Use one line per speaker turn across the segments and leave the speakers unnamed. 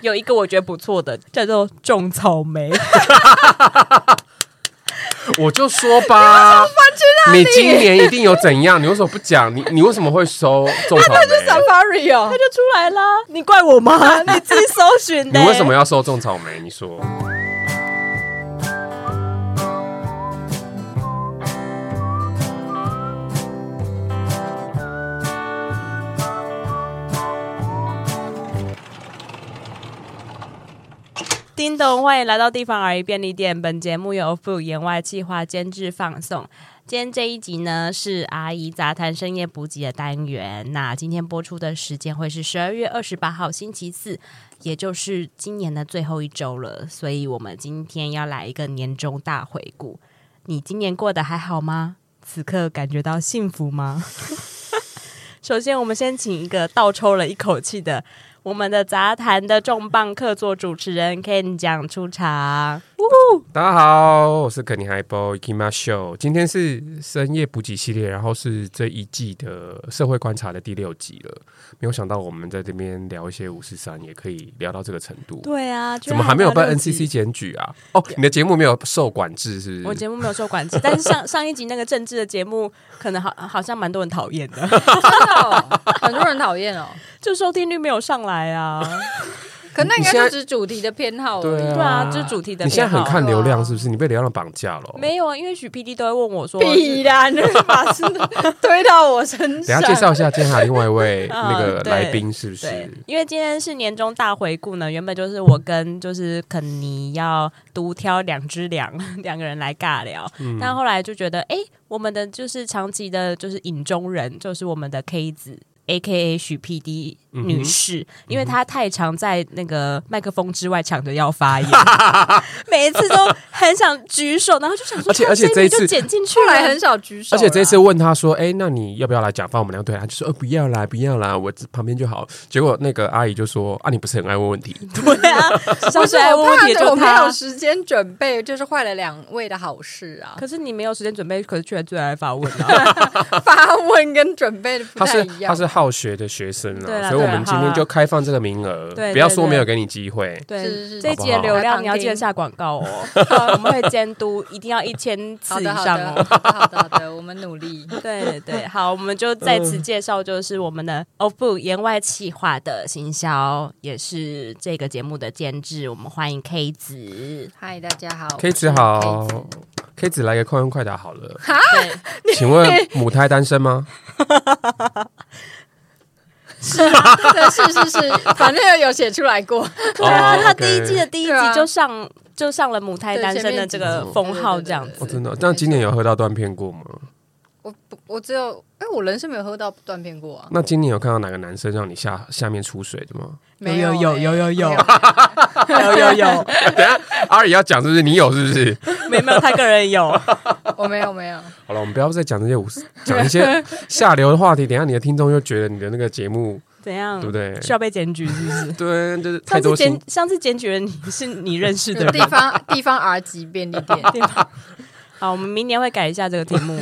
有一个我觉得不错的，叫做种草 莓。
我就说吧，你今年一定有怎样？你为什么不讲？你你为什么会收 种草莓？
Safari
它
哦，
就出来啦，你怪我 吗？你自己搜寻的、
你为什么要收种草莓？你说
叮咚，欢迎来到地方而已便利店。本节目由富言外企划监制放送。今天这一集呢是阿姨杂谈深夜补给的单元。那今天播出的时间会是十二月二十八号星期四，也就是今年的最后一周了。所以我们今天要来一个年终大回顾。你今年过得还好吗？此刻感觉到幸福吗？ 首先，我们先请一个倒抽了一口气的我们的杂谈的重磅客座主持人 Ken 讲出场，
大家好，我是肯尼海波 Ikima Show，今天是深夜补给系列，然后是这一季的社会观察的第六集了。没有想到我们在这边聊一些五十三，也可以聊到这个程度。
对啊，居
怎
然
么还没有被
到六集
NCC 检举啊？哦，你的节目没有受管制是不
我
是？
节目没有受管 制，但是上上一集那个政治的节目，可能好好像蛮多人讨厌的，
真的哦，很多人讨厌哦。
就收听率没有上来啊。
可那应该
你现在
是指主题的偏好而已
对啊
对啊，就是主题的
你现在很
偏好
看流量是不是？你被流量绑架了？哦
没有啊？因为许 PD 都会问我说，
必然就是把真的推到我 身
等
上。
一下介绍一下，今天还有另外一位
啊
那个
对
来宾是不是？
对，因为今天是年终大回顾呢，原本就是我跟就是肯尼要独挑两 只羊，两个人来尬聊，
嗯
但后来就觉得，哎、我们的就是长期的，就是影中人，就是我们的 K 子。A K A 许 P D
嗯
女士，因为她太常在那个麦克风之外抢着要发 言，每一次都很想举手，然后就想说，
而且而且
她
这一
就
次
剪进去
后
了，
来很少举
而
手啦，
且这次问他说：“哎、那你要不要来讲？”放我们两个对他就说：“哦，不要啦，不要啦，我这旁边就好。”结果那个阿姨就说：“啊，你不是很爱问问题
对啊，上
不
次
是
来
我
问问
怕
题的
我
就
没
她
有时间准备，就是坏了两位的好事啊。
可是你没有时间准备，可是却最爱发问啊。
发问跟准备的？”不
他
太
是
一样。
他是好学的学生
对啦
啊，所以我们今天就开放这个名额
对，
不要
对
说
对
没有给你机会。
对，
是是
这一
好不
集的
好
流
来
量
旁
你要记得
听
下广告 哦，好我们会监督，一定要一千
好
次以
的好
上
的
哦。
好的好的好的，我们努力。
对对对，好，我们就再
嗯
次介绍，就是我们的 o f 言外企划的行销，也是这个节目的监制，我们欢迎 K 子。
嗨，大家好
K 子好，K 子来个快问快答 好了，
对，
请问母胎单 身吗？
对，是是是，反正有写出来过。
对啊，
哦
他
OK
第一季的第一
对啊
集就上就上了母胎
对
单
前
身的
面
这
几
个
集
封号
对对
这样
对
子
哦，。真的。那今年有喝到断片过吗？
我不我只有哎，我人生没有喝到断片过啊，
那今年有看到哪个男生让你下下面出水的吗？
没有
有
哎
有有有
没
有
哦
有有，
阿姨要讲是不是？你有是不是？
没没有他个人有，
我没有没有，
好了，我们不要再讲这些无 讲一些下流的话题，等一下你的听众又觉得你的那个节目
怎样？
对不对？
需要被检举是不是？
对，就是太
嗯上次
多新
检上次检举的你是你认识的
有
人
地方地方 R 级便利 店。
好，我们明年会改一下这个题目。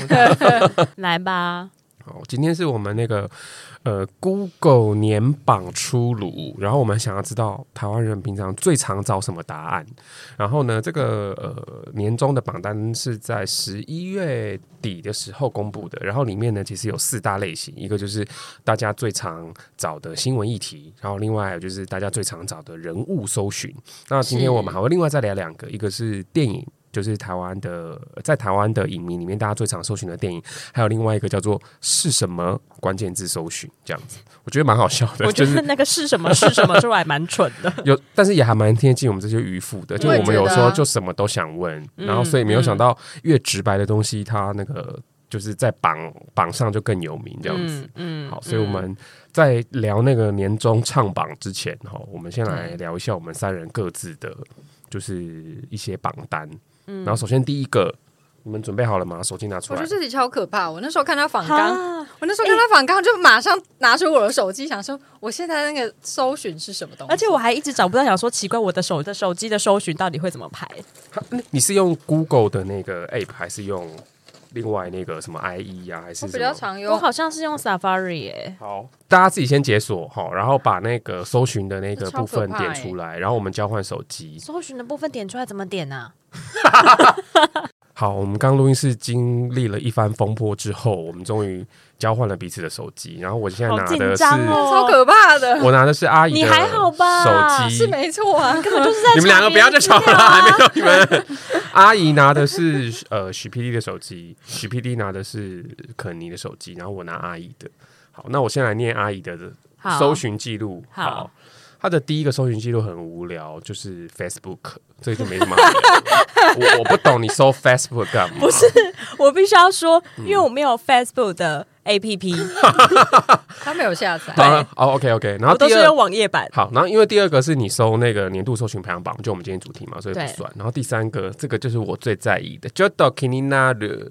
来吧，
哦，今天是我们那个呃 Google 年榜出炉，然后我们想要知道台湾人平常最常找什么答案。然后呢，这个呃年终的榜单是在十一月底的时候公布的，然后里面呢其实有四大类型，一个就是大家最常找的新闻议题，然后另外还有就是大家最常找的人物搜寻。那今天我们还会另外再聊两个，一个是电影。就是台湾的，呃在台湾的影迷里面，大家最常搜寻的电影，还有另外一个叫做是什么关键字搜寻，这样子，我觉得蛮好笑的。
我觉
就是
得那个是什么是什么出来蛮蠢的。
有，但是也还蛮贴近我们这些渔夫的。就
我也
我们有
觉得
时候
啊嗯
就什么都想问，然后所以没有想到越直白的东西，它那个就是在榜榜上就更有 名这样子。
嗯
好，所以我们在聊那个年终唱榜之前，哈，我们先来聊一下我们三人各自的，就是一些榜单。然后首先第一个，你们准备好了吗？手机拿出
嗯我
来
觉得。这题超可怕。我那时候看他访纲，
啊，
我那时候看他访纲就马上拿出我的手机，想说我现在那个搜寻是什么东西。
而且我还一直找不到，想说奇怪，我的手的手机的搜寻到底会怎么排？
你是用 Google 的那个 App 还是用另外那个什么 IE 啊，还是
我
什
比较
么？
常
我
用
好像是用 Safari 哎、
好，大家自己先解锁好，然后把那个搜寻的那个
这超
部分
可怕
点
欸
出来，然后我们交换手机。
搜寻的部分点出来怎么点啊呢、
好，我们刚录音室经历了一番风波之后，我们终于交换了彼此的手机。然后我现在
好
拿
紧
的是，
张哦
超可怕的，
我拿的是阿姨的
你还好吧
手机
是没错啊，根本就是
你们两个不要再吵了，
啊
还没有你们。阿姨拿的是呃许 PD 的手机，许 PD 拿的是肯尼的手机，然后我拿阿姨的。好，那我先来念阿姨的
好
搜寻记录。
好，
她的第一个搜寻记录很无聊，就是 Facebook，这就没什么好聊 的。我我不懂你搜 Facebook 干嘛？不是，
我必须要说，
嗯
因为我没有 Facebook 的 APP，、
他没有下载，
好哦，OK OK。然后
我都
第
是
二
用网页版。
好，然后因为第二个是你搜那个年度搜寻排行榜，就我们今天主题嘛，所以不
对
算。然后第三个，这个就是我最在意的 j o d o k i n i n a r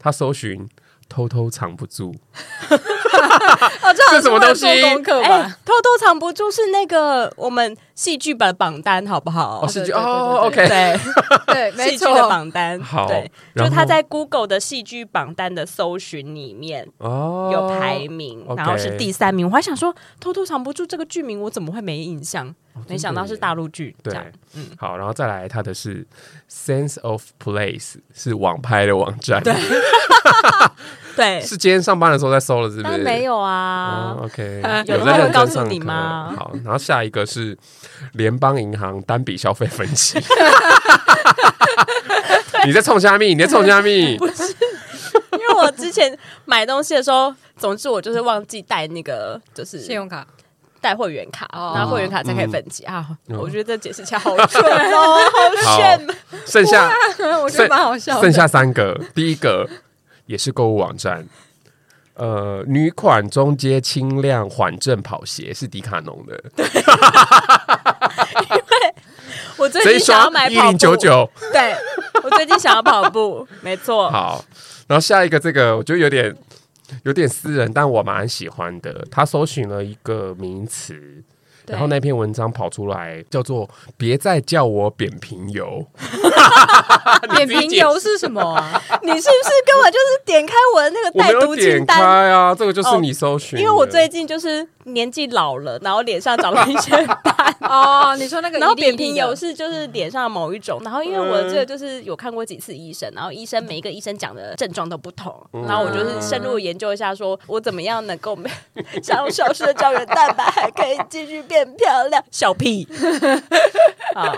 他搜寻偷偷藏不住，
哦，这好像
这什么东西
是为了做功课
哎、
吧？
偷偷藏不住是那个我们戏剧版榜单，好不好？
哦，是
对
就
对对
哦
对
，OK，
对，
哎对，
戏
没
剧的
错，
榜单，
好
对，就
然
是
后
他在 Google 的戏剧榜单的搜寻里面
哦，
有排名，
OK
然后是第三名。我还想说，偷偷藏不住这个剧名，我怎么会没印象？
哦
没想到是大陆剧，这
对
样，嗯
好，然后再来他的是 Sense of Place 是网拍的网站，
对，
是今天上班的时候在搜了，是不
但
是？
没
有
有啊。
哦 OK，
有
在
人
认
会告
真
诉
上
你
课
吗
好，然后下一个是联邦银行单笔消费分 析。你在冲虾米？你在冲虾米？
因为我之前买东西的时候，总之我就是忘记带那个，就是
信用卡
带会员卡，
哦
然后会员卡才可以分级啊。
嗯
我觉得这解释起来好顺哦， 好炫。
剩下
我觉得蛮好笑的。
剩下三个，第一个也是购物网站，呃，女款中阶轻量缓震跑鞋是迪卡侬的，
我最
这一
近想要
双
买
一
跑
零
步，
九九。
对我最近想要跑步，没错。
好，然后下一个这个我觉得有点有点私人，但我蛮喜欢的。他搜寻了一个名词，
对
然后那篇文章跑出来叫做“别再叫我扁平 油
扁平油是什么啊？，
你是不是根本就是点开我的那个”，
我没
带
有
毒
点
清
开
单？哦
啊，这个就是你搜寻的、
因为我最近就是年纪老了，然后脸上长了一 些斑
哦，你说那个
然后
一粒一
扁
粒
平
的
疣是就是脸上某一种，然后因为我这个就是有看过几次医生，然后医生每一个医生讲的症状都不同，
嗯
然后我就是深入研究一下，说我怎么样能够 想要消失的胶原蛋白还可以继续变漂亮，小 屁啊！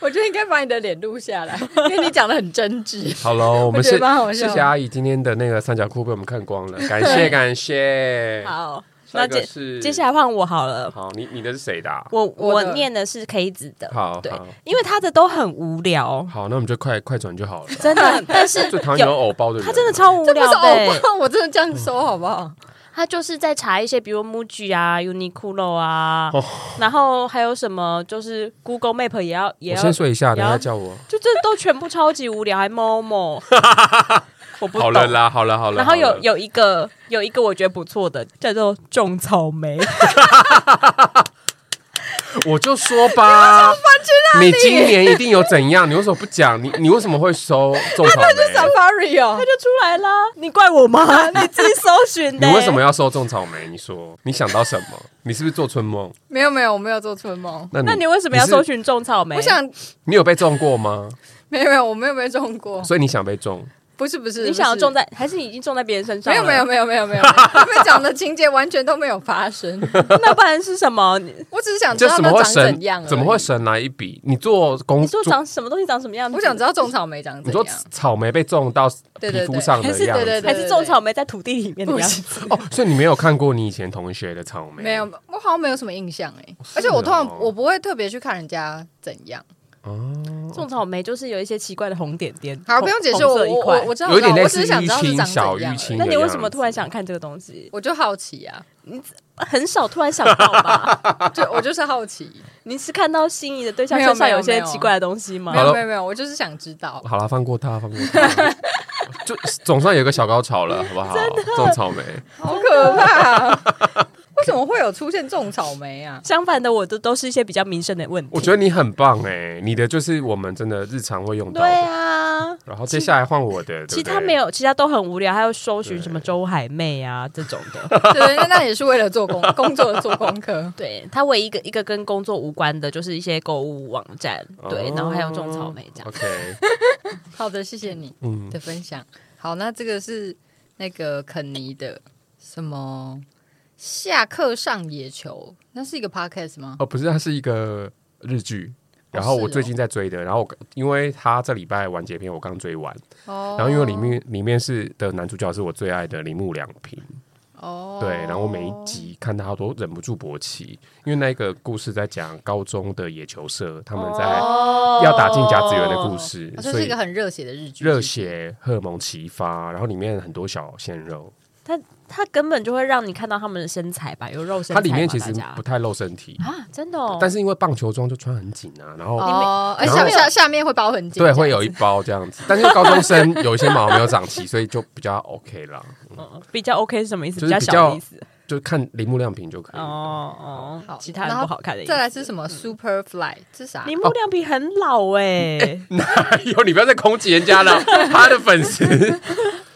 我觉得应该把你的脸录下来，因为你讲的很真 挚。
好了，我们
我觉
谢
得蛮好笑
谢谢阿姨今天的那个三角裤被我们看光了，感谢感谢。
好，
下
那
一个
接
是
接下来换我好了。
好，你你的是谁的啊、
我
我
我
的
念的是 K 子的，
好
对
好，
因为他的都很无聊，
好，那我们就快快转就好了。
真 的。但是
最讨厌有偶包的人，啊
他真的超无
这不
聊
是
的、欸
偶包，我真的这样搜好不好？
他就是在查一些，比如 MUJI 啊、Uniqlo 啊，
哦
然后还有什么，就是 Google Map 也要也
我
要，
先睡一下，等一
也
下
要
叫我。
就这都全部超级无聊，还 Momo，我不
好了
懂。
啦，好了好了。
然后
好
有
了
有一个有一个我觉得不错的，叫做种草莓。
我就说吧，你今年一定有怎样？你为什么不讲？你你为什么会收种 草莓？
Safari 哦
它，就出来啦，你怪我吗？你自己搜寻
你
的、欸
为什么？要收种草莓？你说你想到什么？你是不是做春梦？
没有没有，我没有做春梦，
那你
那你为什么要
是
搜？寻种草莓？
我想
你有被种过吗？
没有没有，我没有被中过，
所以你想被种？
不是不是，
你想要
不是
种在，还是你已经种在别人身上
没
了？
有没有没有没有没有，他们讲的情节完全都没有 发生，
那不然是什么？你
我只是想知
这
道
怎
他
么
们
会
长
神
怎样，？
怎么会？神来一笔？你做工
你说
作，
长什么东西长什么样子？
我想知道种草莓长
你
怎
说
样，
草莓被种到
对
皮
对
肤
对
上的
还是
样
对对
子
对
还是种草莓在土地里面的样子？
哦，所以你没有看过你以前同学的草莓？
没有，我好像没有什么印象哎，
是
而且我通
哦
常我不会特别去看人家怎样。
种草莓就是有一些奇怪的红点点，
好，不用解
红
释，我
色一
我
块
我我知道，
哦有
我
一
知道
点类
我
似
只是
淤
想知道是
青
长
小
怎样
淤青
那
的
你为
样
什么
子
突然想看这个东西？
我就好奇啊，
很少突然想到 吧？
就我就是好奇，
你是看到心仪的对象
没有
身上
没有
有些
没有
奇怪的东西吗
没？
好了
有没有没有，我就是想知道。
好了，放过他，放过 他。就总算有个小高潮了，好不好？种草莓，
好可怕、啊！为怎么会有出现种草莓 啊？
相反的，我都都是一些比较民生的问题。
我觉得你很棒哎、你的就是我们真的日常会用到
对
的。
啊，
然后接下来换我的，对不对
其实他没有，其他都很无聊，还要搜寻什么周海媚啊这种 的。
对，那那也是为了做工工作做功课。
对他唯一一个一个跟工作无关的，就是一些购物网站，对，
哦
然后还有种草莓这样。
OK，
好的，谢谢你
嗯，
的分享。好，那这个是那个肯尼的什么下课上野球，那是一个 podcast 吗？
哦，不是，它是一个日剧。然
哦
后
是
我最
哦
近在追的，然后我因为它这礼拜完结篇我刚追完，
哦
然后因为里面里面是的男主角是我最爱的铃木良平，
哦，
对，然后我每一集看到他都忍不住勃起，因为那个故事在讲高中的野球社他们在
哦
要打进甲子园的故，事，
哦，这
所
是一
以
个很热血的日剧，
热血荷尔蒙齐发，然后里面很多小鲜肉，
它根本就会让你看到他们的身材吧，有肉身
它
材吗。
里面其实
大家
不太露身体，
啊，真的哦。
但是因为棒球装就穿很紧啊，然后
哦，而
然
下
后
下下面会包很紧，
对会有一包这样子，但是因为高中生有一些毛没有长齐，所以就比较 OK 啦，
嗯比较 OK 是什么意思？
就是
比较小的意思。
就看铃木亮平就可以。
哦哦
好，
其他
然
人
后
不好看的意思。
再来是什么 Superfly，这啥？
铃木亮平很 老哎、
嗯有你不要再攻击人家了，他的粉丝。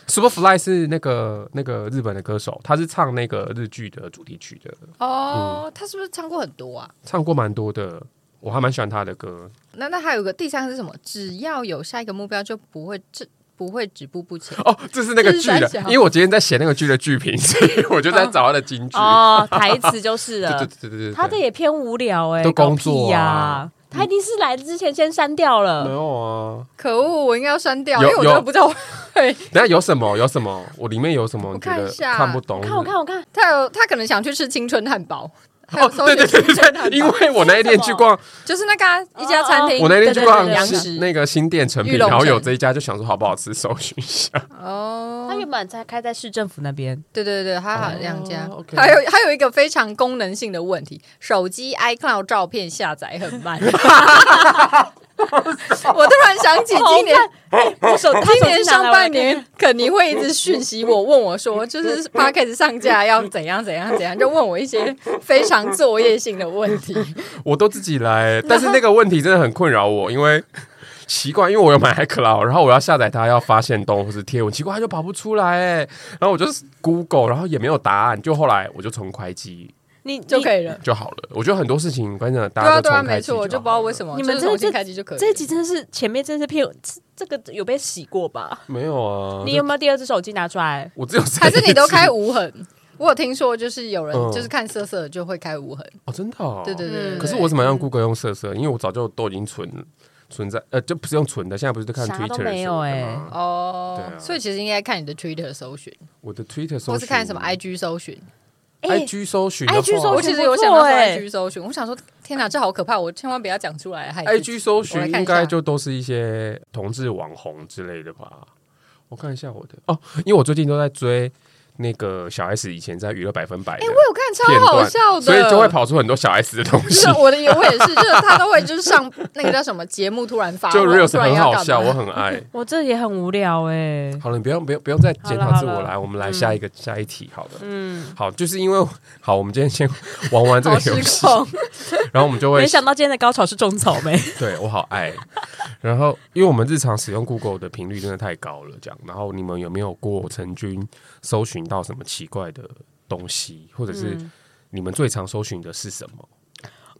Superfly 是那个那个日本的歌手，他是唱那个日剧的主题曲的，
哦，他是不是唱过很多啊？
唱过蛮多的，我还蛮喜欢他的歌。
那那还有个第三个是什么？只要有下一个目标，就不会这不会止步不前。
哦，这是那个剧
这
的
是三，小
因为我今天在写那个剧的剧评，所以我就在找他的金句。
哦，台词就是
嗯 对
了。
对对对对，
他的也偏无聊哎、欸，
都工作
搞
啊
屁呀、他一定是来之前先删掉
没
了。
有啊。
可恶，我应该要删掉，因
有
为我真的
有
不知道我会。
等一下有什么有什么，我里面有什么
我
你觉
看一
得
下
看不懂？
看我看我看，
他有他可能想去吃青春汉 堡，还有
哦，
搜
对对
寻
对
青春
对
汉
对，因
堡，
为我那一天去逛，
就是那个啊一家餐厅，
我那一天
对
去
对
逛
对
对
粮
对
食
那个新店成品，
玉龙
然后有
城
这一家就想说好不好吃，搜寻一下。
他
哦，
原本在开在市政府那 边，
对对对，他好两家
哦，，OK
还有还有一个非常功能性的问题，手机 iCloud 照片下载很慢。 我突然想起今年
好我手他手机
今年
拿
上
来我来
半 年，肯尼会一直讯息我，问我说，就是 p a c a s 上架要怎样怎样怎样，就问我一些非常作业性的问题。
我都自己来， 但是那个问题真的很困扰我，因为习惯，因为我有买 iCloud，然后我要下载它，要发现动或是贴文，奇怪它就跑不出来哎，然后我就是 Google，然后也没有答案，就后来我就重开机
你你
就可以了。
就好了。我觉得很多事情，反正大
对
家
啊，
都
对啊，
重开
没
机
错，我
就
就不知道
么
为什么，
你们
就是
真的
重新
这
开机就可以了。
这一集真的是前面真的是骗我，这这个有被洗过吧？
没有啊。
你有没有第二只手机拿出来？
我只有这
还是你都开
一次
无 痕？我有听说，就是有人
嗯
就是看色色就会开无痕。
哦，真的、哦，
对对对
嗯
对
可是我怎么让 Google 用色色？因为我早就都已经存存在，呃，就不是用存的，现在不是都看
啥都
Twitter
没
什
有
么的
欸
吗
哦
对啊
所以其实应该看你的 Twitter 搜寻，
我的 Twitter 搜
或是看什么
寻
IG 搜寻。
哎
IG 搜寻的话
IG 搜
我
寻
其实有想到说
不错欸。
IG 搜寻，我想说，天哪，这好可怕，我千万不要讲出来。害
IG 搜寻应
哎我来看一
该
下
就都是一些同志网红之类的吧？我看一下我的哦，因为我最近都在追那个小 S 以前在娱乐百分百的
哎、我有看，
片
超好
段，
笑的，
所以就会。跑出很多小 S 的东西
是。我的，我也是，就是他都会就是上那个叫什么节目，突然 发
就
问
real
突
是
然
很
要
好
干
笑，
嘛
我很爱
我这也很无聊哎、
好了，你不用不用不用再检讨自
好
我
了
来，我们来
嗯
下一个下一题，好了。嗯，好，就是因为好，我们今天先玩玩这个
好
游
失
戏，
控。
然后我们就会
没想到今天的高潮是种草莓，
对我好爱。然后，因为我们日常使用 Google 的频率真的太高了，这样。然后，你们有没有过曾经搜寻到什么奇怪的东西，或者是
嗯
你们最常搜寻的是什么？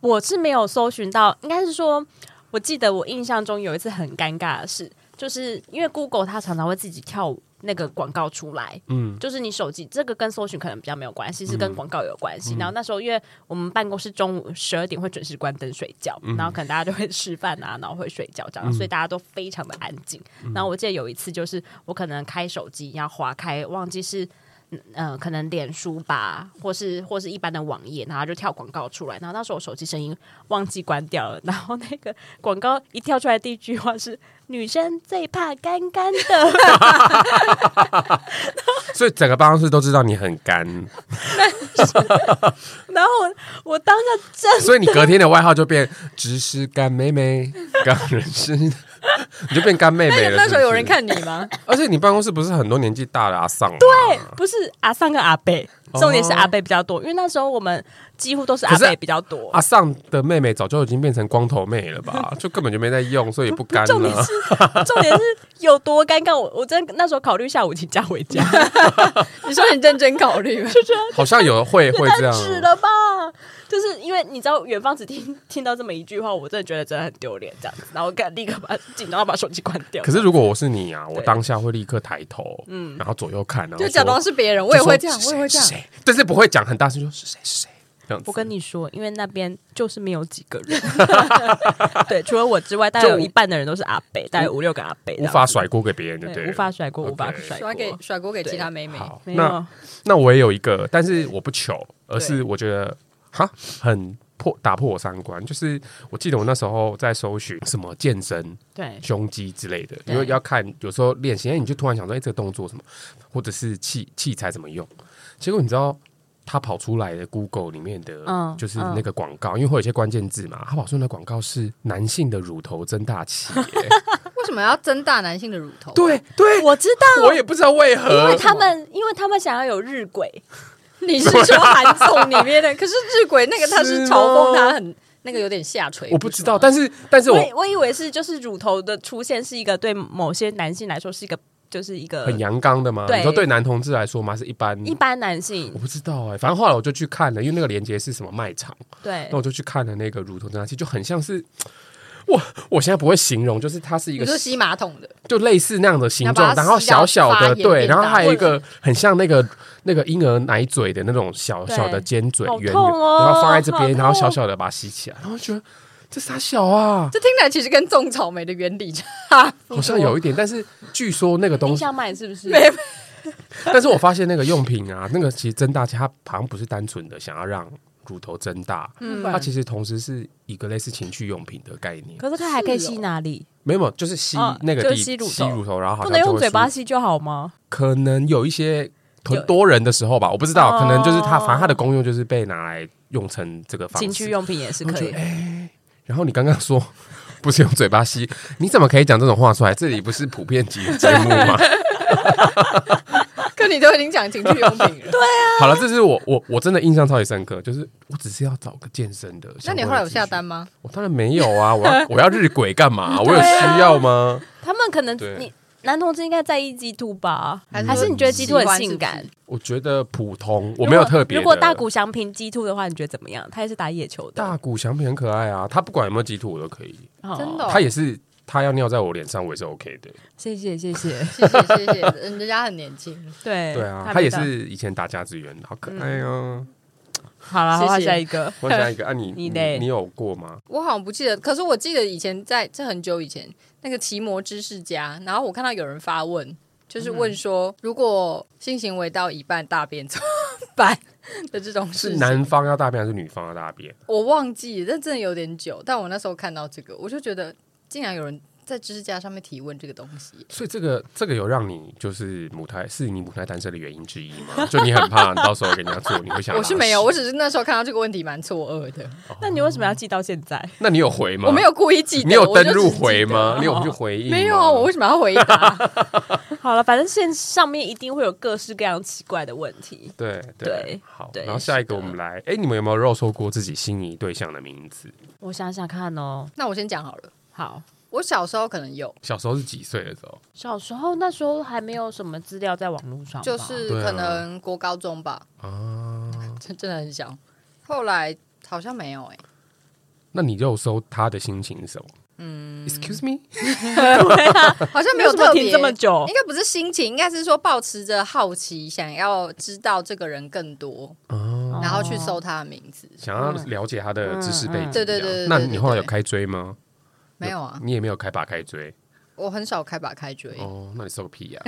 我是没有搜寻到，应该是说，我记得我印象中有一次很尴尬的事，就是因为 Google 它常常会自己跳那个广告出来，
嗯，
就是你手机这个跟搜寻可能比较没有关系，是跟广告有关系。然后那时候因为我们办公室中午十二点会准时关灯睡觉，然后可能大家就会吃饭啊，然后会睡觉这样，所以大家都非常的安静。然后我记得有一次就是我可能开手机要划开，忘记是。嗯呃，可能脸书吧，或是或是一般的网页，然后就跳广告出来，然后那时候我手机声音忘记关掉了，然后那个 广告一跳出来，第一句话是“女生最怕干干的”，
所以整个办公室都知道你很干，
然后我我当下真
所以你隔天的外号就变“只是干妹妹”，干人生， 你就变干妹妹了。
那时候有人
是不是，
看你吗？
而且你办公室不是很多年纪大的阿丧对
不是阿桑跟阿贝，重点是阿贝比较多，因为那时候我们几乎都是阿
可是
贝比较多。
阿尚的妹妹早就已经变成光头妹了吧？就根本就没在用，所以不干
重点
了。
是，重点是有多尴尬。我我真的那时候考虑下午请假回家，
你说你认真 考虑吗？
好像有会会这
太
样
迟了吧？就是因为你知道，远方只听听到这么一句话，我真的觉得真的很丢脸，这样子。然后我赶立刻把紧张地把手机关掉。
可是如果我是你啊，我
对
当下会立刻抬头，嗯，然后左右看，然后
就假装
说
是别人，我也
就说
会这样，
是
我也会这
谁
样
是。谁但是不会讲很大声，就是谁是谁这样子。
我跟你说，因为那边就是没有几个 人，对，除了我之外，大概
就
有一半的人都是阿北，大概五六个阿北这
无
样子，
法甩锅给别人，对不
对，
对？
无法。甩锅，
OK
无法甩
甩给
锅。
甩锅给其
对
他妹妹，
好，
没
那
有，
那我也有一个，但是我不糗，而
对
是我觉得哈很破打破我三观。就是我记得我那时候在搜寻什么健身、
对
胸肌之类的，
对
因为要看有时候练习，哎，你就突然想说，哎，这个动作什么，或者是器器材怎么用，结果你知道。它跑出来的 Google 里面的，
嗯
就是那个广告，因为会有一些关键字嘛。它跑出来的广告是男性的乳头增大器 耶、
为什么要增大男性的乳头？
对对，
我知道，
我也不知道为何，
因为他们，因为他们想要有日晷，
你是说韩综里面的？ 可是日晷那个他是嘲讽他很那个有点下垂，
我不知道，
是吗
但是但是
我
我
以我以为是就是乳头的出现是一个对某些男性来说是一个就是一个
很阳刚的吗？
对
你说对男同志来说吗？是一般，
一般男性
我不知道哎、反正后来我就去看了，因为那个连接是什么卖场，
对
那我就去看了那个乳头增大器，就很像是。我我现在不会形容，就是它是一
你
个
说吸马桶的，
就类似那样的形状，
要把它
然后
吸到
小小
发
的
炎
对，
变大
然后还有一个很像那个那个婴儿奶嘴的那种小
对
小的尖嘴
好
圆圆，
痛哦
然后放在这
好
边，
痛
然后小小的把它吸起来，然后觉得这傻小啊，
这听起来其实跟种草莓的原理差不多
好像有一点，但是据说那个东
冰
西
箱卖是不是？
哦没
但是我发现那个用品啊，那个其实增大器，它好像不是单纯的想要让乳头增大，
嗯
它其实同时是一个类似情趣用品的概念。
可是它还可以
哦
吸哪里？
没有，没有就是吸
哦
那个
就
地
是吸乳头
头，然后好
不
像
能
就
用
会
嘴巴
吸，
吸就好吗？
可能有一些
有
很多人的时候吧，我不知道，
哦
可能就是它，反正它的功用就是被拿来用成这个方
情趣
式。
用品也是可以。
哎
然后你刚刚说不是用嘴巴吸，你怎么可以讲这种话出来？这里不是普遍级的节目 吗？
可你都已经讲情趣 用品了。对，
好了，这是我我我真的印象超级深刻，就是我只是要找个健身的。
那你
相
后
关
来有
的资
下
讯
单吗？
我当然没有 啊，我要我要日晷干嘛？我
对
有
啊
需要吗？
他们可能
对
你男同志应该在意鸡突吧？
还是
还是你觉得鸡突很性
喜欢是
感
不？
我觉得普通，我没有特别的。
如果如果大谷翔平鸡突的话，你觉得怎么样？他也是打野球的，
大谷翔平很可爱啊，他不管有没有鸡兔我都可以，
哦
真的哦
他也是他要尿在我脸上我也是 OK 的。
谢谢谢谢。
谢谢谢谢，人家很年轻。
对
对啊，
没
他也
到
是以前打家之员，好可爱哦。
嗯
好了，
谢
换
谢
下一个。
我想一个，啊 你
你
你
嘞
你有过吗？
我好像不记得，可是我记得以前在这很久以前那个奇摩知识家，然后我看到有人发问，就是问说，如果性行为到一半大便怎么办的这种事
是
情，
男方要大便还是女方要大便？
我忘记，但真的有点久。但我那时候看到这个，我就觉得竟然有人在知识家上面提问这个东西，
所以这个这个有让你就是母胎是你母胎单身的原因之一吗？ 就你很怕到时候给人家做，你会想
我是没有，
拉
我
屎
只是那时候看到这个问题蛮错愕的，
那你为什么要记到现在？
那你有回吗？
我没有故意记得，
你有
我就
登
只
入
记
回
得
吗？你有去回应吗？
没有啊，我为什么要回答？
好了，反正线上面一定会有各式各样奇怪的问题。
对
对
好。
对
然后下一
是
个
的
我们来，哎，你们有没有肉搜过自己心仪对象的名字？
我想想看哦。
那我先讲好了，
好，
我小时候可能有。
小时候是几岁的时候？
小时候那时候还没有什么资料在网络上吧，
就是
对啊
可能国高中吧，
啊，
这 真的很小。后来好像没有 哎、
那你肉搜他的心情是什么？嗯，Excuse me，
好像没
没有什么
特别
停这么久
应。该不是心情，应该是说保持着好奇，想要知道这个人更多，
哦，
然后去搜他的名字。
想要了解他的知识背景。
嗯嗯嗯对对对对对
那你后来有开追吗？
没有啊，
你也没有开把开追
我很少开把开追，
哦，那你搜个屁 呀！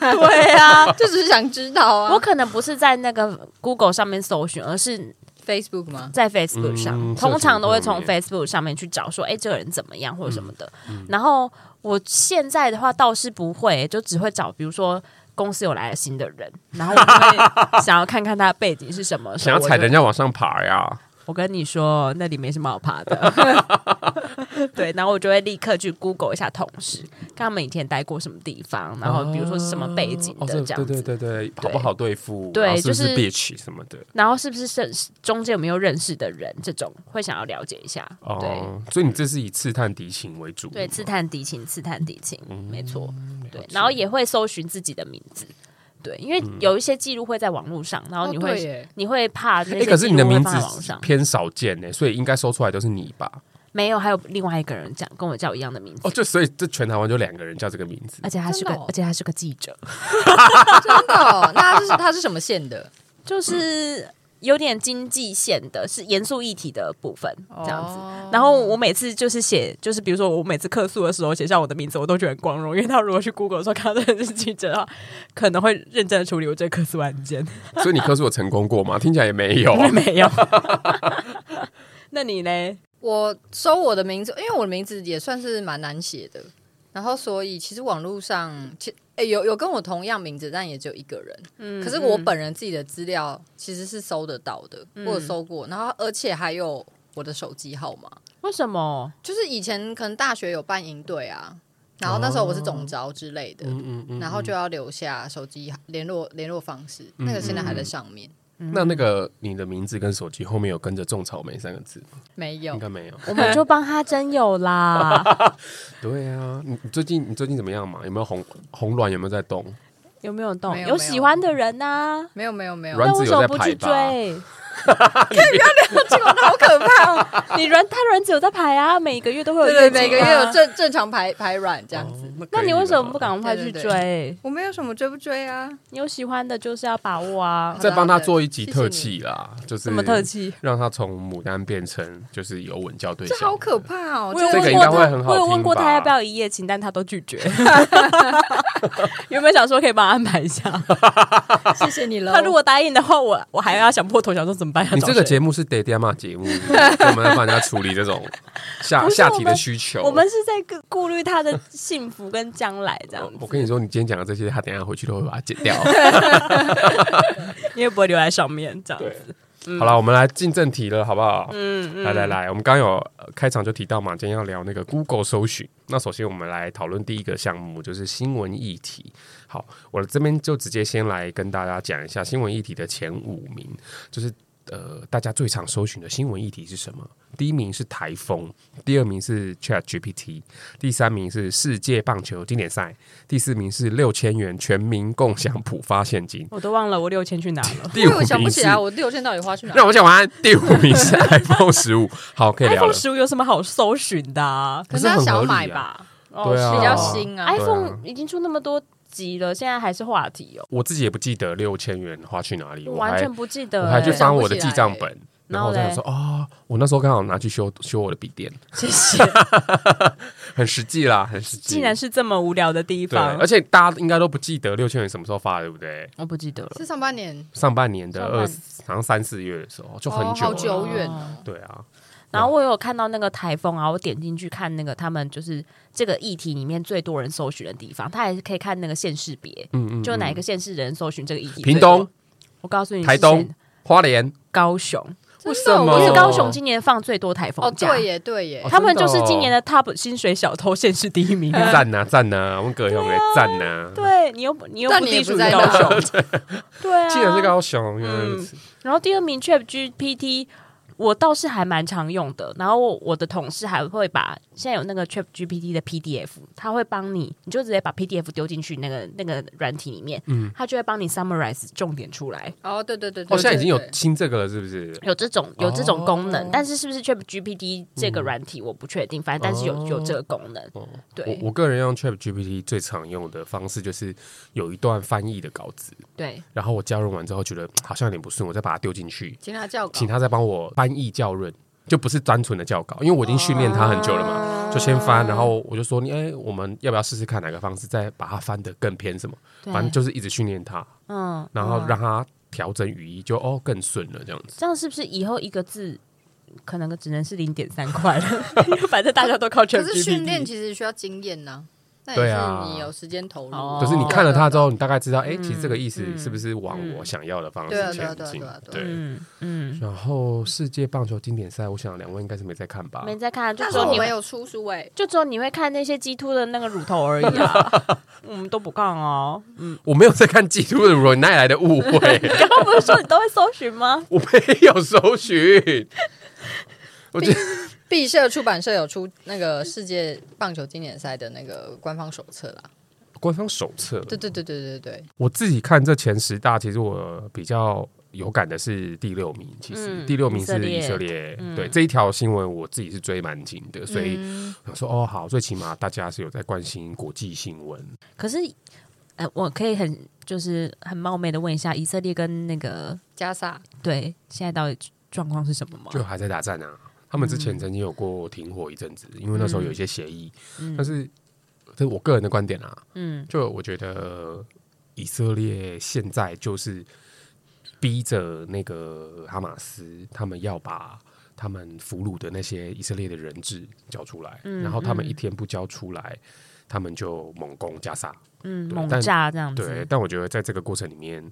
对 啊，
就只是想知道
我
啊。
可能不是在那个 Google 上面搜寻，而是
Facebook 吗？
在 Facebook 上，
嗯
通常都会从
社群上
Facebook 上面去找说，哎、这个人怎么样或者什么的。
嗯
然后我现在的话倒是不会，就只会找比如说。公司有来了新 的人，然后我就会想要看看他的背景是什么，
想要踩人
家，
家往上爬呀？
我跟你说，那里没什么好爬的。 对，然后我就会立刻去 Google 一下同事，看他们以前待过什么地方，然哦后比如说是什么背景
哦
的
这
这样子。
对对对对，好不好对付？
对
然后是不是
就是
bitch 什么的。
然后是不是认识中间有没有认识的人？这种会想要了解一下。对，
哦，所以你这是以刺探敌情为主，哦
对，刺探敌情，刺探敌情，没错，对
嗯了，
然后也会搜寻自己的名字，对，因
嗯
为有一些记录会在网络上，然后你
哦对
会、
耶
你会怕那
哎、
些
可是你的
记录会
名
放在网络
字
上
偏少见呢、所以应该搜出来都是你吧？
没有，还有另外一个人讲跟我叫一样的名字，
哦，就所以这全台湾就两个人叫这个名字
而，且他是个、
真的哦
而且他是个记者，
真的哦？那他是他是什么县的？
就是有点经济线的，是严肃议题的部分这样子。
哦
然后我每次就是写，就是比如说我每次客诉的时候写上我的名字，我都觉得很光荣，因为他如果去 Google 说看到这个是记者的话，可能会认真的处理我这个客诉案件。
所以你科数有成功过吗？听起来也没 有
因。
哦
为没有。那你嘞？
我搜我的名字，因为我的名字也算是蛮难写的，然后所以其实网络上其、诶有有跟我同样名字，但也只有一个人。
嗯
可是我本人自己的资料其实是搜得到的，我有搜过，然后而且还有我的手机号码，
为什 么？
就是以前可能大学有办营队啊，然后那时候我是总招之类的，
嗯 嗯嗯。
然后就要留下手机联络联络方式，那个现在还在上面，
那那个你的名字跟手机后面有跟着“种草莓”三个字吗，
没
应
有。
该没有。
我们就帮他真有啦。
对啊，你你最近你最近怎么样嘛？有没有红红卵？有没有在动？
有没有动？
没有
有喜欢的人啊呐、
没有没有没有，
软
那
子
为什
有在
么不
排
去
吧？
追？
这个好可怕哦！
你软他软子有在排啊，每个月都会有
对
月经
对，
啊
每个月有。正正常排排卵这样子。
哦
那你为什么不？
可以啦
赶快去
对对
追？
对我没有什么追不追啊，
你有喜欢的就是要把握啊
好。的
再帮他做一集
好的
特技啦，就是
什么特技？
让他从牡丹变成就是有吻教对
这
象，
好可怕哦！
我有
这个
问
应
过
该
他
会很，好
我有问过
听吧
他要不要一夜情，但他都拒绝。 有没有想说可以帮他安排一下？
谢谢你了
他如果答应的话，我我还要想破头想说怎么办？要
你
找
这个
谁
节目是得爹妈 节目，我们要帮人家处理这种下
不是
下体
我
的
们
需求。
我们是在顾顾虑他的幸福跟将来这样
我
子，
我跟你说，你今天讲的这些，他等一下回去都会把它剪掉。
因为不会留在上面这样
对
子。
好了，我们来进正题了，好不好？嗯，来来来，我们刚刚有呃开场就提到嘛，今天要聊那个 Google 搜寻。那首先我们来讨论第一个项目，就是新闻议题。好，我这边就直接先来跟大家讲一下新闻议题的前五名，就是呃大家最常搜寻的新闻议题是什么？第一名是台风，第二名是 Chat GPT，第三名是世界棒球经典赛，第四名是六千元全民共享普发现金，。
我都忘了我六千去哪了
第五
因为我想不
名
起
是
来我六千到底花去 哪
让。我讲完。第五名 是 iPhone 十五，好，可以聊
iPhone
了。
十五有什么好搜寻的啊、
可
可
是
是
他
很
想要
合
买
理啊。
吧，哦
对啊，
比较新啊。
i p h o n e 已经出那么多集了，现在还是话题哦，
我自己也不记得六千元花去哪里，
我
我
完
还
全不记
我
得、
还去
欸。
翻我的记账本，
然
然
后
后我在
嘞
想说，哦，我那时候刚好拿去修修我的笔电，
谢 谢。
很实际啦，很实际。
竟然是这么无聊的地
对，
方
而，且大家应该都不记得六千元什么时候发的，对不对？
我不记得了。
是上半年，
上半年的
上
二
半，
好像三四月的时候，就很
哦，
久
好
了
久远哦。
哦
对啊，
然后我有看到那个台风啊，我点进去看那个他们就是这个议题里面最多人搜寻的地方，他还是可以看那个县市别，
嗯嗯，
就
嗯
哪一个县市人搜寻这个议题。
屏东，、
我告诉你是
台
谁
东、哦花莲，
高雄，
为
真
什
的哦
么？
因为高雄今年放最多台
哦，
风假，
对耶，对耶
哦，
他们就是今年
真的
的 top 薪水小偷县市第一 名。
赞呐赞呐，我们葛永给赞啊呐，
对你又不你又
但
不
你也
隶
不
属于
在
高
高
雄， 对啊，
竟然是。高雄，原来如此。
然后第二名 Chat GPT，我倒是还蛮常用的。然后我我的同事还会把现在有那个 Chat GPT 的 PDF，他会帮你，你就直接把 PDF 丢进去那个那个软体里面，嗯，他就会帮你 summarize 重点出来。
哦，对对对，对
哦，现在已经有
对对
新这个了，是不是？
有这种
哦
有这种功能，但是是不是 Chat GPT 这
嗯
个软体我不确定，反正但是有、有这个功能，对
哦我我个人用 Chat GPT 最常用的方式就是有一段翻译的稿子，
对，
然后我校润完之后觉得嗯好像有点不顺，我再把它丢进去，
请他叫稿
请，他再帮我翻译校润，就不是单纯的校稿，因为我已经训练它很久了
啊
嘛，就先翻，然后我就说你哎、我们要不要试试看哪个方式再把它翻得更偏什么？
对
反正就是一直训练它，
嗯，
然后让它调整语义，就哦更顺了这样子。
这样是不是以后一个字可 能只能是零点三块了？因为反正大家都靠 c
可
h
是训练其实需要经验呐。那也
对啊
是你有时间投入
哦，
就是你看了它之后，你大概知道，哎，
嗯
其实这个意思
嗯
是不是往我想要的方
对啊
式
对啊
前
对啊
进
对啊？对啊
对。
嗯嗯，
然后世界棒球经典赛，我想两位应该是没在看吧？
没在看，就
但
只
是
有
我
你
们
会，
有出书哎、
就只有你会看那些鸡突的那个乳头而已啊， 我们都不看哦。
我没有在看基督的如哪里来的误会？
刚刚不是说你都会搜寻吗？
我没有搜寻。我觉得
毕社出版社有出那个世界棒球经典赛的那个官方手册啦。
官方手册，
对对对对对对，
我自己看这前十大，其实我比较有感的是第六名。其实、
嗯
第六名是
以
以
色
色
列
列，
嗯
对这一条新闻我自己是追蛮紧的，所以
嗯
我说哦好，最起码大家是有在关心国际新闻。
可是，呃，我可以很就是很冒昧的问一下，以色列跟那个
加萨
对现在到底状况是什么吗？嗯
就还在打战啊。他们之前曾经有过停火一阵子，因为那时候有一些协议，但是这是我个人的观点啊，
嗯，
就我觉得以色列现在就是逼着那个哈马斯，他们要把他们俘虏的那些以色列的人质交出来，
嗯
然后他们一天不交出来，他们就猛攻加沙。
嗯，
对
猛
但
炸这样
对
子，，
但我觉得在这个过程里面。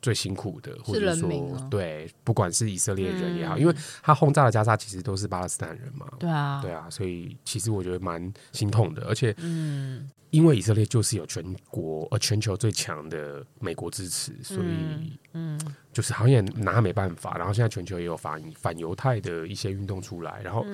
最辛苦的，或者
人
说、
民啊
对，不管是以色列人也好，
嗯
因为他轰炸的加沙其实都是巴勒斯坦人嘛，
对啊，
对啊，所以其实我觉得蛮心痛的，而且，嗯，因为以色列就是有全国呃全球最强的美国支持，所以嗯，就是好像也拿他没办法。然后现在全球也有反反犹太的一些运动出来，然后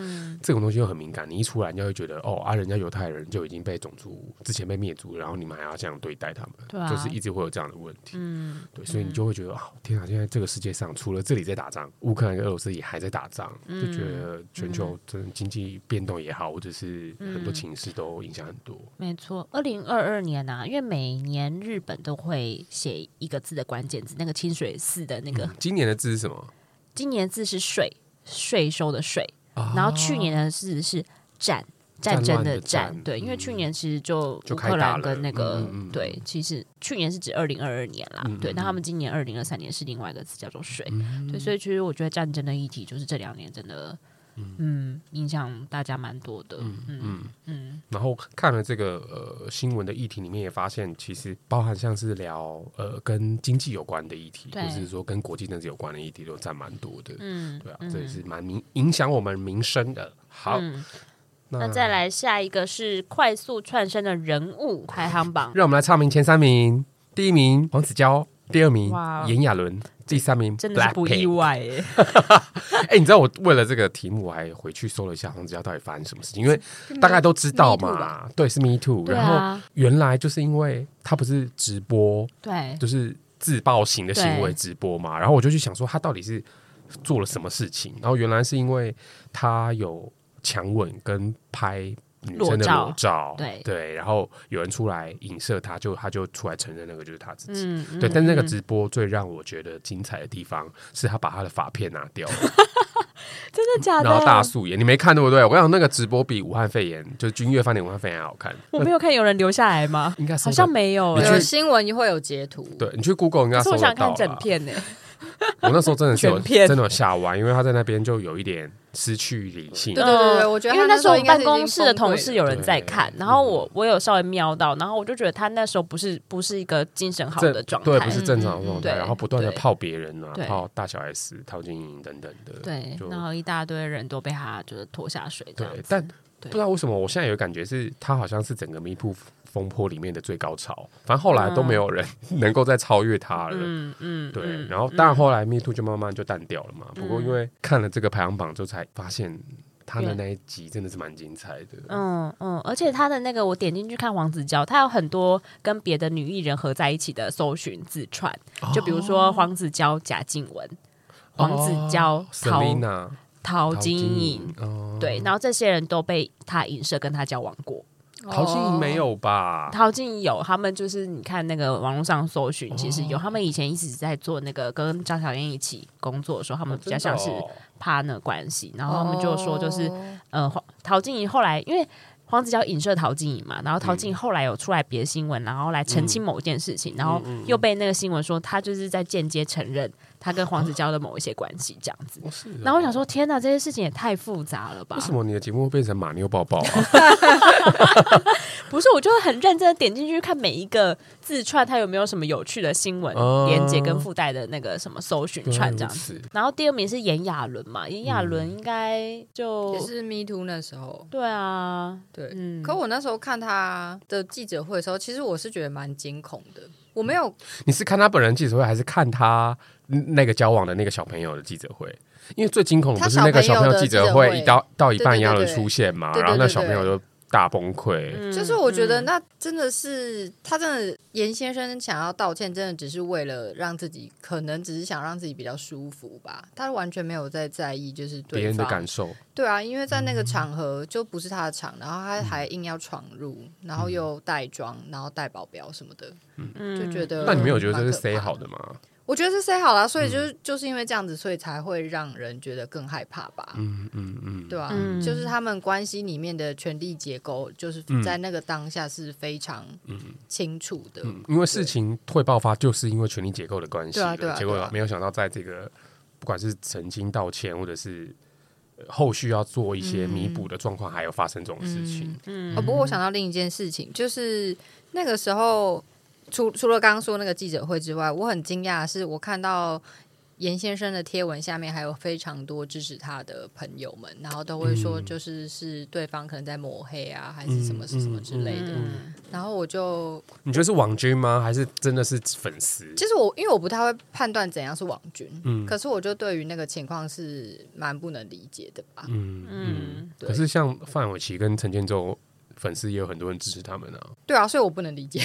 这种东西又很敏感，你一出来，你就会觉得哦啊，人家犹太人就已经被种族之前被灭族，然后你们还要这样对待他们，
对啊
就是一直会有这样的问题。嗯，对，所以你就会觉得啊，天啊，现在这个世界上除了这里在打仗，乌克兰跟俄罗斯也还在打仗，就觉
嗯
得全球真的经济变动也好，或者是很
嗯
多情势都影响很多。
没错，二零二二年啊，因为每年日本都会写一个字的关键字，那个清水寺的那个，
今年的字是什么？
今年字是税，税收的税，然后去年的字是战。战
啊战
争
乱的
战，
战
对，因为
嗯
去年其实就
就
乌
开
克
打
兰
了
跟那个
嗯嗯嗯
对，其实去年是指二零二二年啦，
嗯嗯
对，
嗯
那他们今年二零二三年是另外一个词叫做水，对，所以其实我觉得战争的议题就是这两年真的，嗯，影响大家蛮多的，嗯嗯
然后看了这个呃新闻的议题里面，也发现其实包含像是聊呃跟经济有关的议题，
对
或是说跟国际政治有关的议题，都占蛮多的。
嗯，
对啊，
嗯
这也是蛮民影响我们民生的。好，
嗯那
那
再来下一个是快速窜升的人物排行榜，
让我们来唱名前三名，第一名黄子佼，第二名
哇哦
炎亚纶，第三名
真的是不意
Blackpink
外耶。
哎、你知道我为了这个题目，我还回去搜了一下黄子佼到底发生什么事情，因为大概都知道
Me Too
嘛
吧。
对，是 Me Too。
对
然后
啊，
原来就是因为他不是直播，
对，嗯
就是自爆型的行为
对
直播嘛，然后我就去想说他到底是做了什么事情，然后原来是因为他有强吻跟拍。女生的
裸
裸照，
对
然后有人出来影射他，就他就出来承认那个就是他自己，
嗯，嗯
对，但是那个
嗯
直播最让我觉得精彩的地方是他把他的发片拿掉 了，
真的假的
然后大
啊？
素颜，你没看对不对？我跟你讲，那个直播比武汉肺炎就是君悦饭店武汉肺炎还好看，
我没有看有人留下来吗？
应该搜
好
得
像没有
嗯你
哎
去
有新闻会有截图，
对你去 Google 应该
可是
搜
我
得到
想看
啦
整片呢。
我那时候真的是有
全片
真的有吓完，因为他在那边就有一点失去理性
对。对对对
嗯
我觉得
因为那
他那
时
时
候
候
我
应该
办
是已经
公室的同事有人在看，
对嗯
然后我我有稍微瞄到，然后我就觉得他那时候不是不是一个精神好
这
的状
对
态
不，是正常的状
嗯
态，
对
然后不断的
对
泡别人啊
对，
泡大小 S、陶晶莹等等的，
对
就，
然后一大堆人都被他就是拖下水这
对
样子，
但
对
不知道为什么，我现在有感觉是他好像是整个迷铺风波里面的最高潮，反正后来都没有人 能够再超越他了。
嗯嗯，
对，
嗯
然后当然后来 Me Too 就慢慢就淡掉了嘛。不过因为看了这个排行榜之后，才发现他的
原
那一集真的是蛮精彩的。
嗯嗯，而且他的那个我点进去看黄子佼，他有很多跟别的女艺人合在一起的搜寻自串，就比如说
哦
黄子佼、贾静雯、黄子佼、陶
Selina
陶晶
莹
莹，，
哦
对，然后这些人都被他影射跟他交往过。
哦
陶晶莹没有吧？
陶晶莹有，他们就是你看那个网络上搜寻，其实
哦
有、他们以前一直在做那个跟张小燕一起工作的时候，他们
哦
比较
啊
像是 partner 关系，然后他们就说就是
哦
呃，黄陶晶莹后来因为黄子佼影射陶晶莹嘛，然后陶晶莹后来有出来别的新闻，然后来澄清某件事情，然后
嗯
又被那个新闻说他就是在间接承认他跟黄子佼的某一些关系这样子。
哦是哦
然后我想说，天哪，这些事情也太复杂了吧
为？什么你的节目会变成马妞抱抱啊？
不是，我就很认真的点进去看每一个字串，它有没有什么有趣的新闻
哦
连接跟附带的那个什么搜寻串这样子。
子，
然后第二名是炎亚纶嘛，炎亚
嗯
纶应该就
也是 Me Too 那时候，
对啊，
对，
嗯，
可我那时候看他的记者会的时候，其实我是觉得蛮惊恐的。我没有，
你是看他本人记者会，还是看他那个交往的那个小朋友的记者会？因为最惊恐的不是那个小朋友记者
他小朋友
会
的记者会
一到到一半
对对对
亚伦出现嘛，
对对对
然后那小朋友就大崩溃。
嗯
就是我觉得那真的是他真的严先生想要道歉，真的只是为了让自己，可能只是想让自己比较舒服吧。他完全没有在在意就是对
别人的
方
感受，
对啊，因为在那个场合就不是他的场，然后他
嗯
还硬要闯入，然后又带妆，然后带保镖什么的，
嗯
就觉得。
那你没有觉得这是
蛮可怕
say
的
好的吗？
我觉得是 say 好啦，所以
嗯
就是、就是因为这样子，所以才会让人觉得更害怕吧。
嗯嗯嗯，
对啊，
嗯
就是他们关系里面的权力结构，就是在那个当下是非常清楚的。
嗯，因为事情会爆发，就是因为权力结构的关系
对啊
了
对啊
结
对
果
啊
没有想到，在这个不管是澄清道歉，或者是呃后续要做一些弥补
嗯
的状况，还有发生这种事情。嗯
哦，不过我想到另一件事情，就是那个时候，除除了刚刚说那个记者会之外，我很惊讶的是，我看到严先生的贴文下面还有非常多支持他的朋友们，然后都会说，就是是对方可能在抹黑啊，还是什么什么之类的。然后我就，
你觉得是网军吗？还是真的是粉丝？
其实我因为我不太会判断怎样是网军，
嗯
可是我就对于那个情况是蛮不能理解的吧。
嗯嗯
嗯。
对
可是像范玮琪跟陈建州。粉丝也有很多人支持他们啊，
对啊，所以我不能理解。？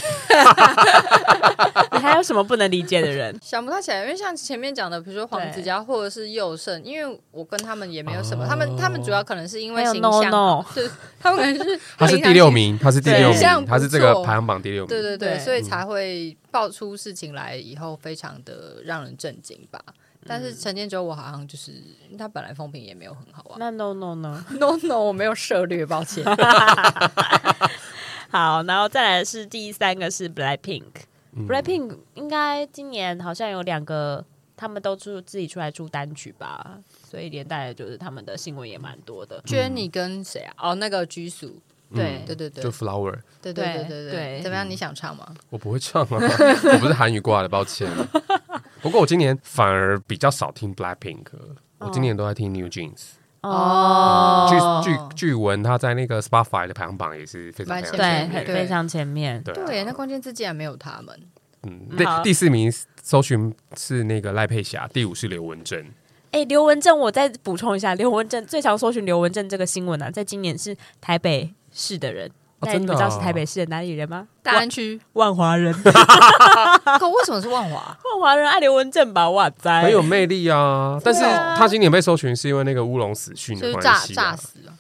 你还有什么不能理解的人
想不太起来，因为像前面讲的，比如说黄子佼或者是佑胜，因为我跟他们也没有什么，
哦
他们他们主要可能是因为
有
形
no
象，
no，
对，他们可能是
他是第六，名，嗯他是第六
对这
样
名，
不
他是这个
错
排行榜第六名。
对对对，
对
所以才会爆出事情来以后，非常的让人震惊吧。
嗯
但是陈建州，我好像就是他本来风评也没有很好 啊。
那 no no no。
No No，我没有涉略，抱歉。
好，然后再来是第三个是 Blackpink。Blackpink
嗯
应该今年好像有两个，他们都出自己出来出单曲吧，所以连带的就是他们的新闻也蛮多的。
娟，你跟谁啊？哦，那个居宿，
嗯
对
对对对
就 Flower，
对对对
对
对
对
怎么样？你想唱吗？
我不会唱啊， 我不是韩语挂的，抱歉。不过我今年反而比较少听 Blackpink，了我今年都在听 New Jeans。
哦
据据据闻，他在那个 Spotify 的排行榜也是非常
蛮
非常
对
前，
很
面。
非常前面。
对啊
对，那关键字竟然没有他们。
嗯，
好
第第四名搜寻是那个赖佩霞，第五是刘文正。
哎，刘文正，我再补充一下，刘文正最常搜寻刘文正这个新闻啊，在今年是台北市的人。
哦
那你
真的
们
啊
知道是台北市的哪里人吗？
大安区，
万华人，
可为什么是万华？
万 华人爱刘文正吧？哇塞，
很有魅力啊！但是
哎对啊
他今年被搜寻是因为那个乌龙死讯
就
的
是
关
炸
系、
炸
啊，
死了，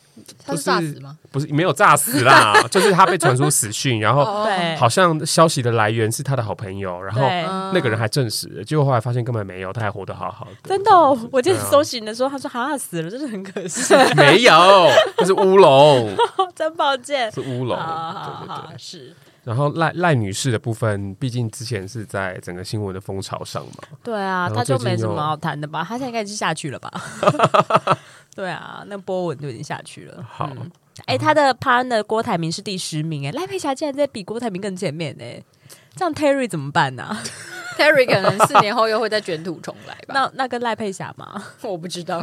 他是炸死吗？
不是没有炸死啦，就是他被传出死讯，然后
对，
好像消息的来源是他的好朋友，然后
哦对
嗯
那个人还证实了，结果后来发现根本没有，他还活得好好的。
真的哦、我今天
对啊
搜寻的时候，他说哈死了，真的很可 惜，
没有，那是乌龙，
真抱歉。
是乌
好
龙。对
好
对对
好，。是，
然后赖赖女士的部分，毕竟之前是在整个新闻的风潮上嘛，
对啊，
然后
他就
最近
没什
又
么好谈的吧？他现在应该已经下去了 吧？对啊，那波纹就已经下去了。
好
嗯哎、他的 partner 郭台铭是第十名，哎，赖佩霞竟然在比郭台铭更前面哎，这样 Terry 怎么办呢、啊
Terry 可能四年后又会再卷土重来
啊
吧，
那那跟赖佩霞嘛，
那我不知道。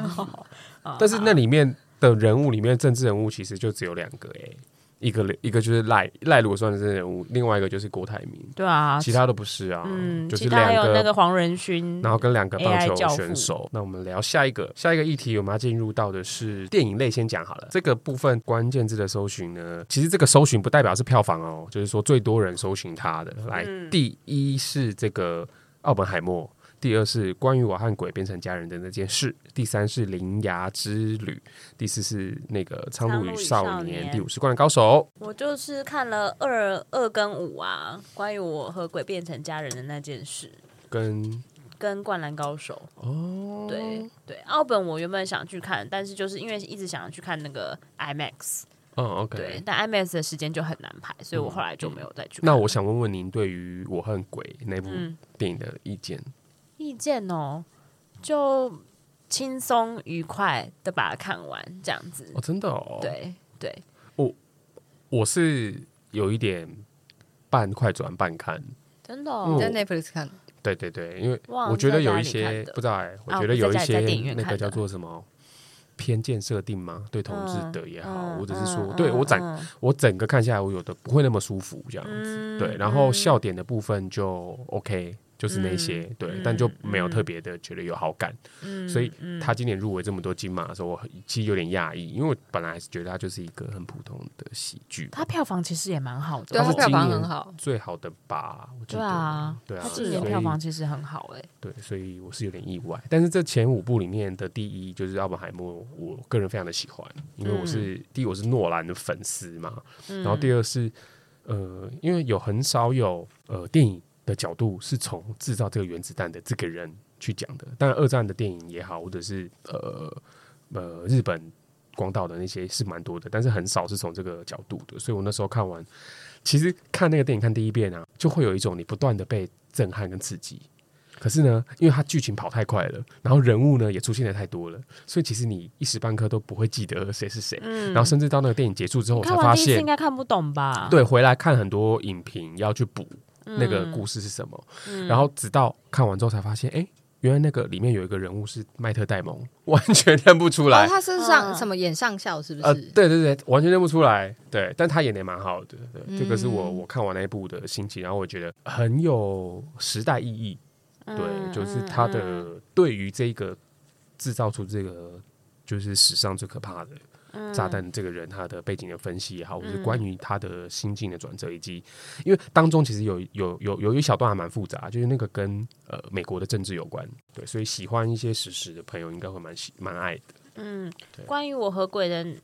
嗯
但是那里面的人物里面，政治人物其实就只有两个哎、一个一个就是赖赖鲁算的政治人物，另外一个就是郭台铭，
对啊，
其他都不是啊，
嗯，
就是
其他还
两
有那
个
个黄仁勋
然，后跟两个
AI
棒
嗯
球
教父
选手。那我们聊下一个下一个议题，我们要进入到的是电影类，先讲好了。这个部分关键字的搜寻呢，其实这个搜寻不代表是票房哦，就是说最多人搜寻它的。来，
嗯
第一是这个奥本海默。第二是关于我和鬼变成家人的那件事，第三是铃芽之旅，第四是那个苍鹭
苍鹭
与
与
少
少
年，
年
第五是灌篮高手。
我就是看了二二跟五啊，关于我和鬼变成家人的那件事。
跟
跟《灌篮高手》哦，对对，奥本我原本想去看，但是就是因为一直想要去看那个 IMAX，
嗯，OK。
对，但 IMAX 的时间就很难排，所以我后来就没有再去看。
那我想问问您对于《我恨鬼》那部
嗯
电影的意见？
意见哦，就轻松愉快的把它看完，这样子。
哦，真的哦，，
对对，
我是有一点半快转半看，
真的、哦
嗯
在 Netflix 看的，
对对对，因为
哇
我觉得有
在家
一
里
些
看的
不知道哎，我
啊
觉得有一
在家
些
里在电影院
那
看的
个叫做什么偏见设定嘛，对同志
嗯
的也好，
嗯
或者是说
嗯
对我
嗯
整
嗯
我整个看下来，我有的不会那么舒服这样子，
嗯
对，然后笑点的部分就 OK。就是那些对，但就没有特别的觉得有好感，
嗯
所以他今年入围这么多金马的时候，我其实有点讶异，因为我本来是觉得他就是一个很普通的喜剧，
他票房其实也蛮好的，
对，啊
它
他
是
票房
今年
很好，
最好的吧？我记
对
得
啊，
对啊，
他今
是
年
所以
票房其实很好哎、
对，所以我是有点意外。但是这前五部里面的第一就是《奥本海默》，我个人非常的喜欢，因为我
嗯
是、第一我是诺兰的粉丝嘛，然后第二是呃，因为有很少有呃电影的角度是从制造这个原子弹的这个人去讲的。当然，二战的电影也好，或者是呃呃日本广岛的那些是蛮多的，但是很少是从这个角度的。所以我那时候看完，其实看那个电影看第一遍啊，就会有一种你不断的被震撼跟刺激。可是呢，因为它剧情跑太快了，然后人物呢也出现的太多了，所以其实你一时半刻都不会记得谁是谁。
嗯
然后甚至到那个电影结束之后，我才
看
发
完第一次
现
应，该看不懂吧？嗯
对，回来看很多影评要去补那个故事是什么，然后直到看完之后才发现，哎、原来那个里面有一个人物是麦特戴蒙，完全认不出
哦，
来。
他是上
嗯
什么演上校是不
呃，
是？
对对对，完全认不出来。对，但他演的蛮好的。对，这个是我
嗯
我看完那一部的心情，然后我觉得很有时代意义。
嗯
对，就是他
嗯
的对于这个制造出这个就是史上最可怕的
嗯
炸弹这个人他的背景的分析也好，或是
嗯
关于他的心境的转折，以及因为当中其实有有有有一小段还蛮复杂，就是那个跟呃美国的政治有关，对，所以喜欢一些史实的朋友应该会蛮喜蛮爱的。
嗯
对，
关于我和鬼人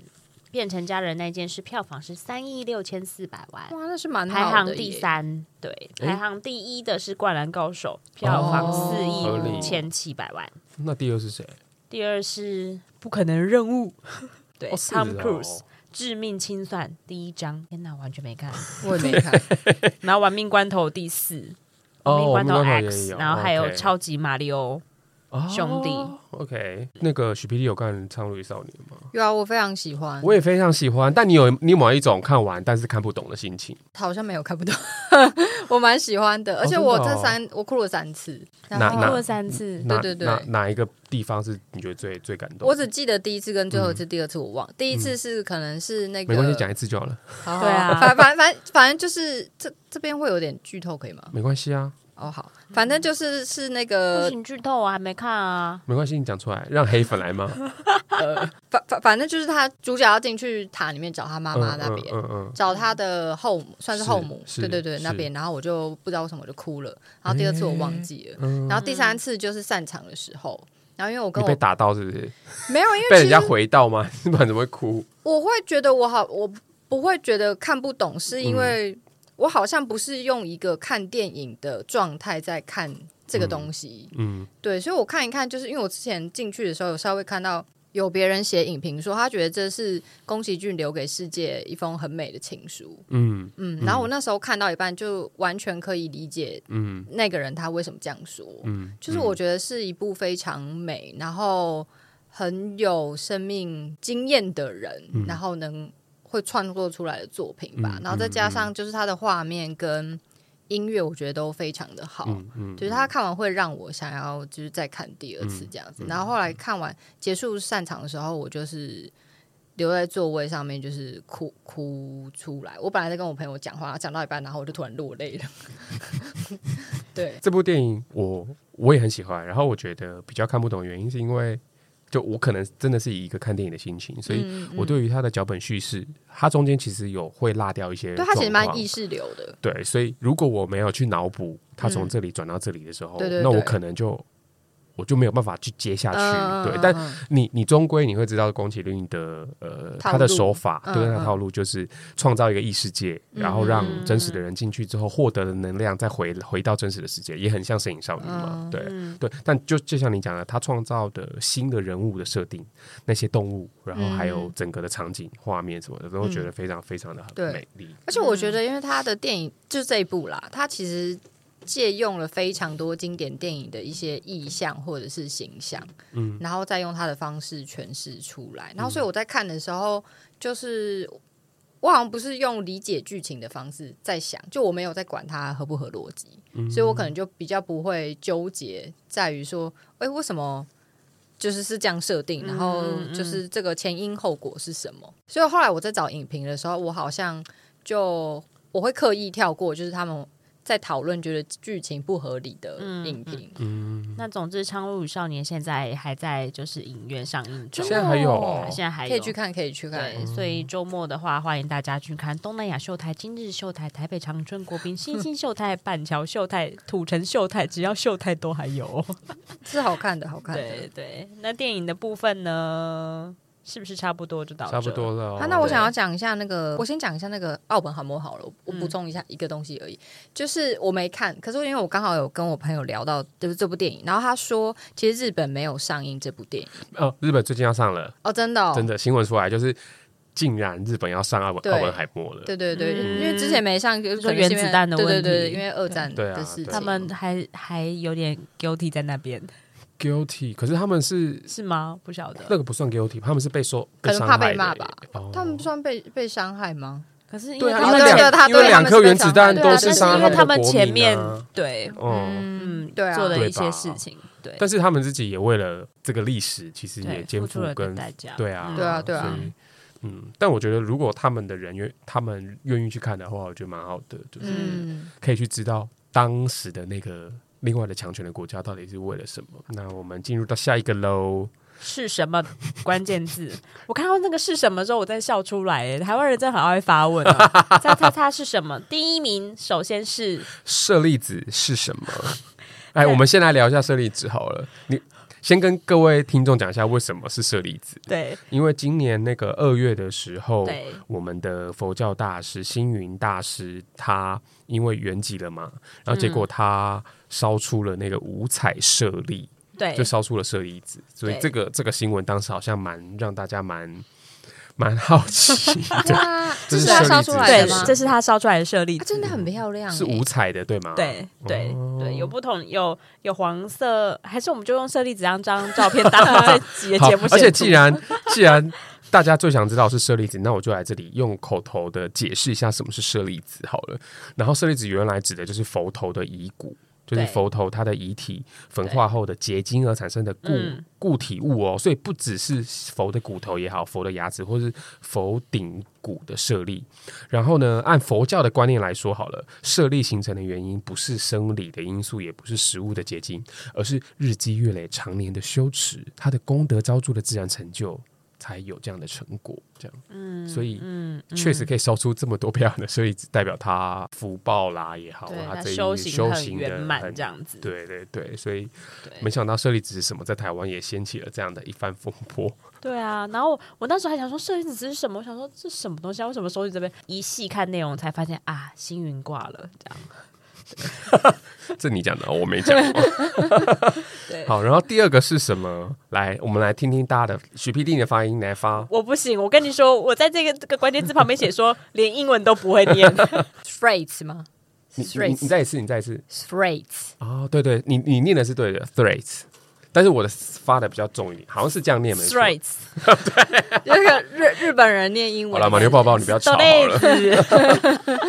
变成家人那件事，票房是三亿六千四百万，
哇，那是蛮
排
好
行
的耶
第，三，对，
诶哦
排行第一的是《灌篮高手》，票房四亿
合
五
理
千七百万，
那第二是谁？
第二是《不可能任务》，对、
哎
哦，是
t o m
哦
Cruise。致命清算第一章，天哪，完全没看。
我也没 看，
然后玩命关头第四，
哦，
玩命关头
也
X，
有哦
然后还有
OK
超级马里奥，
哦
兄弟
OK，那个许 PD 有看《苍鹭与少年》吗？
有啊，我非常喜欢，
我也非常喜欢，但你有你有没有一种看完但是看不懂的心情？
好像没有看不懂， 我蛮喜欢的，而且我
真的
这
哦
三我哭了三次，然
哪
你
后
哭
哪
了三次，
哪
对对对
哪哪一个地方是你觉得最最感动的？
我只记得第一次跟最后一次，第二次我忘。第一次是可能是那
嗯
个，
没关系，讲一次就好了，
好好
对啊
反反反反正就是这这边会有点剧透，可以吗？
没关系啊，
哦，好，反正就是是那
不
个，
行呃剧透，我还没看啊。
没关系，你讲出来，让黑粉来骂。
反反反正就是他主角要进去塔里面找他妈妈那边。
嗯嗯嗯
找他的后母，算是后母，
是
对对对，
是
那边，然后我就不知道为什么我就哭了，然后第二次我忘记了，
嗯，
然后第三次就是散场的时候，然后因为我跟
你
我
被打到是不是？
没有，因 为
被人
其实
家回到吗？不然怎么会哭？
我会觉得我好，我不会觉得看不懂，是
嗯
因为我好像不是用一个看电影的状态在看这个东西。
嗯，
对，所以我看一看，就是因为我之前进去的时候有稍微看到。有别人写影评说，他觉得这是宫崎骏留给世界一封很美的情书。
嗯
嗯，然后我那时候看到一半，就完全可以理解
嗯
那个人他为什么这样说。
嗯，
就是我觉得是一部非常美，然后很有生命经验的人，然后能会创作出来的作品吧。
嗯
然后再加上就是他的画面跟音乐，我觉得都非常的好。
嗯嗯，
就是他看完会让我想要就是再看第二次这样
嗯
子，然后后来看完结束散场的时候，我就是留在座位上面，就是哭哭出来。我本来在跟我朋友讲话，讲到一半，然后我就突然落泪了。对，
这部电影我我也很喜欢，然后我觉得比较看不懂的原因是因为，就我可能真的是以一个看电影的心情，所以
嗯嗯
我对于它的脚本叙事，它中间其实有会落掉一些
对
状
他
况，
其实蛮意识流的。
对，所以如果我没有去脑补他从
嗯
这里转到这里的时候，
对对
那我
对
可能就我就没有办法去接下去。
嗯
对
嗯，
但
嗯
你你终归你会知道宫崎骏的呃
套
他的
路
手法，
嗯
对他
嗯
的套路就是创造一个异世界，然后让真
嗯
实的人进去之后获得的能量再回回到真实的世界，也很像《摄影少女》嘛，对。
嗯，
对，但就就像你讲的，他创造的新的人物的设定，那些动物，然后还有整个的场景、画面什么的，都会觉得非常非常的
嗯对
美丽。
而且我觉得，因为他的电影就这一部啦，他其实借用了非常多经典电影的一些意象或者是形象，嗯，然后再用他的方式诠释出来。然后，所以我在看的时候，就是我好像不是用理解剧情的方式在想，就我没有在管它合不合逻辑，所以我可能就比较不会纠结在于说，哎、为什么？就是是这样设定，然后就是这个前因后果是什么？所以后来我在找影评的时候，我好像就我会刻意跳过，就是他们在讨论觉得剧情不合理的
嗯
影评。
嗯
那总之，《苍鹭与少年》现在还在就是影院上映中，
现在还有嗯
啊
哦
现在还有
可以去看，可以去看。
对，所以周末的话，欢迎大家去看东南亚秀台、今日秀台、台北长春国宾、新兴秀台、板桥秀台、土城秀台，只要秀台都还 有。
是好看的，好看的
对。对，那电影的部分呢，是不是差不多就到这
差不？多了、哦
啊，那我想要讲一下那个，我先讲一下那个奥本海默好了，我我补充一下一个东西而已，就是我没看，可是因为我刚好有跟我朋友聊到就是这部电影，然后他说其实日本没有上映这部电影
哦，日本最近要上了，
哦，真的、哦，
真的新闻出来就是，竟然日本要上奥
对
本奥本海默了。
对对对，
嗯
因为之前没上，就是
说
可能是因为
原子弹的
对对
问
对，
题
因为二战
对啊
的事情，
对
他们还还有点 guilty 在那边
guilty，可是他们是
是吗？不晓得。
那个不算 guilty，他们是被说被
可能
伤
怕
害
被
的
骂
耶
吧
哦
他们不算被被伤害吗？
可是因为
对
他
啊，
们
因
对
为
对
两
他
因为
对
两
他们
颗
是被
原子
伤害
弹
的
都
啊
是
但是
伤害
因为他
们
们
的国
前
民
面
啊
对
哦。
嗯
对啊
做的
对
一些
吧
事情，对
但是他们自己也为了这个历史，其实也
对，
肩
付出
负
了
跟
代价。
对啊，
对啊对啊
所以嗯，但我觉得如果他们的人愿他们愿意去看的话，我觉得蛮好的，就是
嗯，
可以去知道当时的那个另外的强权的国家到底是为了什么。那我们进入到下一个喽。
是什么关键字？ 我看到那个是什么之后，我在笑出来耶。台湾人真的很爱发问啊！ 猜猜它是什么？第一名首先是
舍利子是什 么？哎，我们先来聊一下舍利子好了。你先跟各位听众讲一下为什么是舍利子，
对
因为今年那个二月的时候，
对
我们的佛教大师星云大师，他因为圆寂了嘛，然后结
嗯
果他烧出了那个五彩舍利，
对
就，烧出了舍利子，所以
对
这个这个新闻当时好像蛮让大家蛮蛮好奇 的，
哇，啊
这
这是
是
他
舍利
烧
子
出来
对
的吗？，
这是他烧出来啊的舍利
它
子。
真的很漂亮欸，
是五彩的对吗？
对对
哦
对，有不同，有有黄色，还是我们就用舍利子当张照片当在自己的
好
节目。
而且既然既然大家最想知道是舍利子，那我就来这里用口头的解释一下什么是舍利子好了。然后舍利子原来指的就是佛头的遗骨。就是
对
佛头它的遗体焚化后的结晶而产生的固
嗯
固体物哦，所以不只是佛的骨头也好，佛的牙齿或是佛顶骨的舍利。然后呢，按佛教的观念来说好了，舍利形成的原因不是生理的因素，也不是食物的结晶，而是日积月累、常年的修持，他的功德浇筑的自然成就，才有这样的成果。这样，嗯，所以，嗯，确实可以烧出这么多漂亮的，所以代表他福报啦也好
对
啊，
他
这一
修
路
行
修
很
行
圆
的
满，这。样子。
对对对，所以
对
没想到舍利子是什么，在台湾也掀起了这样的一番风 波。
对啊，然后我那时候还想说摄影子是什么，我想说这什么东西啊？为什么收集这边？一细看内容才发现啊，星云挂了这样。
这你讲的，我没讲过
对。
好，然后第二个是什么？来，我们来听听大家的许 PD 你的发音来发。
我不行，我跟你说，我在这个这个关键字旁边写说，连英文都不会 念。
threads 吗
你你你再一次，你再一次。
？threads
哦，对对，你你念的是对的，threats，但是我的发的比较重一点，好像是这样念没错。
Threads，
那个日日本人念英
好
文
了，马牛宝宝，你不要吵好 了。
Threads，
对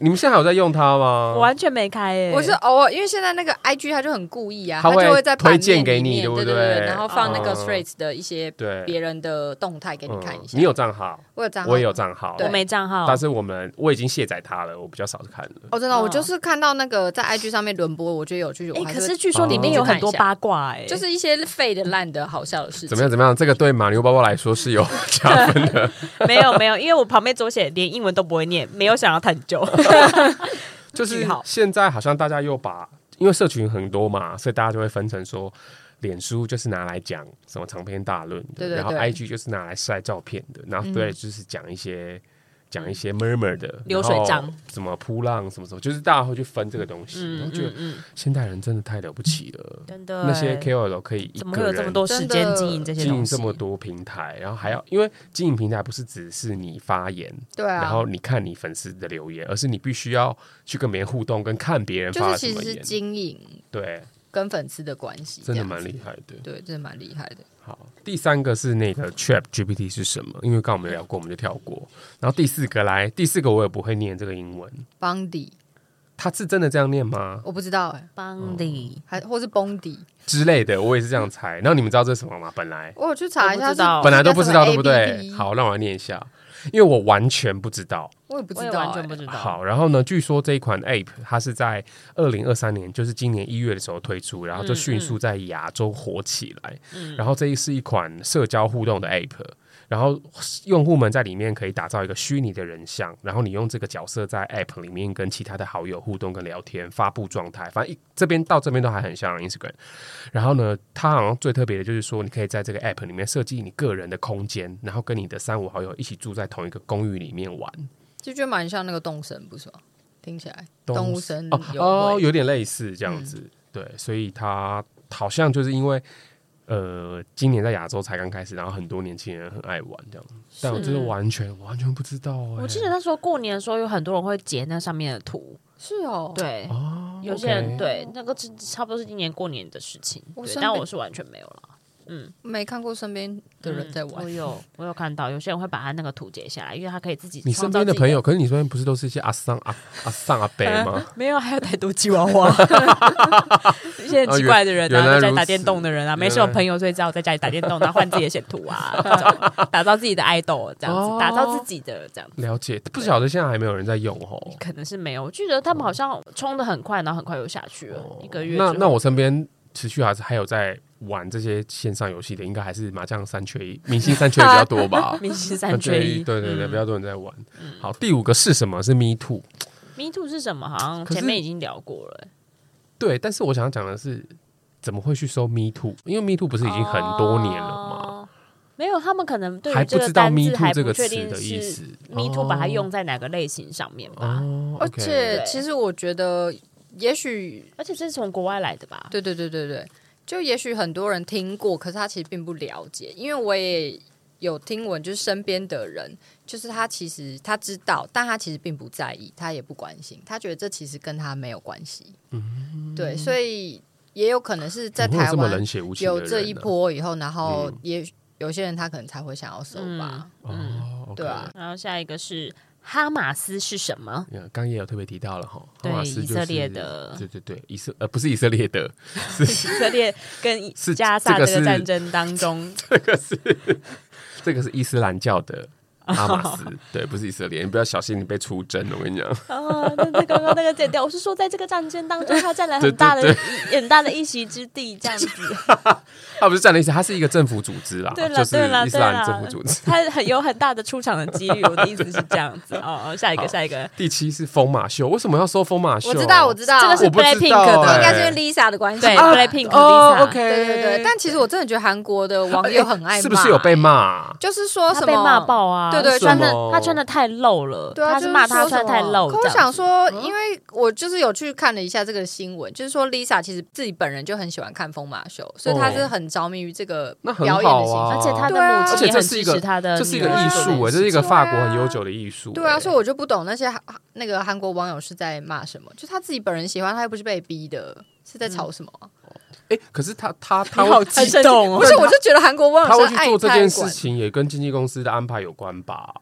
你们现在还有在用它吗？
我完全没开诶、
我是偶尔，因为现在那个 I G 它就很故意啊，
它
它
会
就会在版面
推荐给你
里面
对不
对
对
对？然后放那个
嗯
threads 的一些
对
别人的动态给你
嗯
看一下。
你有账号，
我有账啊号，
我也有账号，
我没账号
但。是我们我已经卸载它了，我比较少看了。
哦，真的哦，
嗯
我就是看到那个在 I G 上面轮播，我觉得有趣，
哎、
我还
可
是
是
会
据
哦
说里面有很多八卦诶、
就是一些废的、烂的、好笑的事情。
怎么样？怎么样？这个对马牛宝宝来说是 有加分的。
没有没有，因为我旁边左写连英文都不会念，没有想要探 究。
就
句
是
号
现在好像大家又把，因为社群很多嘛，所以大家就会分成说，脸书就是拿来讲什么长篇大论的，
对对
然后
对嗯
IG 就是拿来晒照片的，然后 Thread 就是讲一些。讲一些 murmur 的
流水账，
然后什么扑浪，什么什么，就是大家会去分这个东西。我
嗯
觉得
嗯嗯，
现代人真的太了不起了，
真的
那些
欸
KOL 可以一
怎么会有
个
这么
人
多时间经营这些
经
东
营
西？
这么多平台，然后还要因为经营平台不是只是你发言，
对啊，
然后你看你粉丝的留言，而是你必须要去跟别人互动，跟看别人
就
发了什
是其
么
实是
言，
经营
对，
跟粉丝的关系，
真
这
的
样
蛮
子
厉害的。
对，真的蛮厉害的。
好，第三个是那个 Chat GPT 是什么？因为刚刚我们聊过，我们就跳过。然后第四个来，第四个我也不会念这个英文，
邦迪，
它是真的这样念吗？
我不知道哎、
嗯
邦迪，
还或是崩迪，
之类的，我也是这样猜。然后你们知道这是什么吗？本来
我有去查一
我不
下哦是
知道
本来都不知道，
叫
对
什
不
么
对？
APP
好，让我来念一下，因为我完全不知道。
我也不知
我也
道、
完全
哎
不知道。
好，然后呢？据说这一款 App 它是在二零二三年，就是今年一月的时候推出，然后就
嗯
迅速在亚洲火起来。然后这一是一款社交互动的 App，然后用户们在里面可以打造一个虚拟的人像，然后你用这个角色在 App 里面跟其他的好友互动跟聊天，发布状态，反正一这边到这边都还很像 Instagram。然后呢，它好像最特别的就是说，你可以在这个 App 里面设计你个人的空间，然后跟你的三五好友一起住在同一个公寓里面玩。
就觉得蛮像那个动神，不是吗？听起来
动
动物森
嗯
哦
友
哦，
会
有点类似这样子。对，所以他好像就是因为呃，今年在亚洲才刚开始，然后很多年轻人很爱玩这样，但我就是完全完全不知道、欸。
我记得那时候过年的时候，有很多人会截那上面的图，
是哦，，
对，
哦，
有些人
OK
对那个是差不多是今年过年的事情，
我
对
身
但
边
我是完全没有了。
没看过身边的人在
嗯
玩，
我有我有看到有些人会把他那个图截下来，因为他可以自己
你身
创造
边的
自己
朋友，可是你身边不是都是一些阿桑阿阿桑阿伯吗？
没有，还有歹毒吉娃 娃，一些很奇怪的人
哦原原来
啊，
如此
在打电动的人啊，没什么朋友，所以只好在家里打电动，然后换自己的显图 啊，这种打造自己的爱豆，这样
哦
子，打造自己的这样子。
了解，不晓得现在还没有人在用哦。
可能是没有，我记得他们好像冲的很快，然后很快又下去了，一个月之
哦那
后。。
那我身边持续还是还有在玩这些线上游戏的，应该还是麻将三缺一、明星三缺一比较多吧
明星三嗯缺一，嗯
对对对，比较多人在玩。好，第五个是什么？是 Me Too。
Me Too 是什么？好像
可是
前面已经聊过了、
对，但是我想讲的是，怎么会去搜 Me Too？因为 Me Too 不是已经很多年了吗？
哦没有，他们可能对
还
于
不
这
知
个
道
单
Me
字
Too
还
这
不
个
确
词
定
的意
是。
思
Me Too 把它用在哪个类型上面吧。
哦，
而且
OK
其实我觉得，也许
而且这是从国外来的吧？
对对对对对，就也许很多人听过，可是他其实并不了解，因为我也有听闻，就是身边的人，就是他其实他知道，但他其实并不在意，他也不关心，他觉得这其实跟他没有关系。嗯，对，所以也有可能是在
怎么会有
台
这么
湾
冷血无情的
有
人
这一
呢。嗯
波以后，然后也有些人他可能才会想要收吧。
哦，
对啊，
然后下一个是哈马斯是什么？
呀。刚也有特别提到了哈，
对
哈马斯
以
就
色
是
列的
对对对，以色呃不是以色列的，
以色列跟
是
加萨
这个
这个
是
战争当 中，
这个是这个是伊斯兰教的
哦
哈马斯，对，不是以色列，你不要小心你被出征，我跟你讲，
啊，那那刚刚那个剪掉，我是说在这个战争当中，他占了很大的
对
一很大的一席之地，这 样子，
啊他不是占了一些，他是一个政府组织啦，
对啦
就是
对啦
伊斯
对
兰
啦
政府组织。
他很有很大的出场的几率。我的意思是这样子哦，哦下一
好啊
个下一个，
第七是疯马秀，为什么要搜疯马秀？
我知道，我知道，
这个是
我不知道
Blackpink
哎
的，
应该是因为 Lisa 的关系吧。
对 Blackpink
哦
Lisa，
，OK，
对对对，但其实我真的觉得韩国的网友很爱骂，
是不是有被骂？
就是说什
他
么
被骂爆啊，
对对
穿的
什么
他穿的太露了，
对啊，
他
就是
骂他
说
穿
什
得太
么
露。
可我
这样
想
子
说，
嗯
因为我就是有去看了一下这个新闻，就是说 Lisa 其实自己本人就很喜欢看疯马秀，所以
哦
她是很着迷于这个
那很
表演
好
的形象。
啊，
而且他的
对啊
母
而
亲
且
也
这
很
是一
支
个
持他的女儿
这
做
是一
件事情，
个艺术哎，这是一个法国很悠久的艺术哎。
对啊，所以我就不懂那些那个韩国网友是在骂什么，就他自己本人喜欢，他又不是被逼的，是
嗯
在吵什么啊？
哎，可是他他 他
你好
会
激动哦
不！是，我就觉得韩国网
他
友
会
是
去
爱
做这
菜
件
馆
事情，也跟经纪公司的安排有关吧？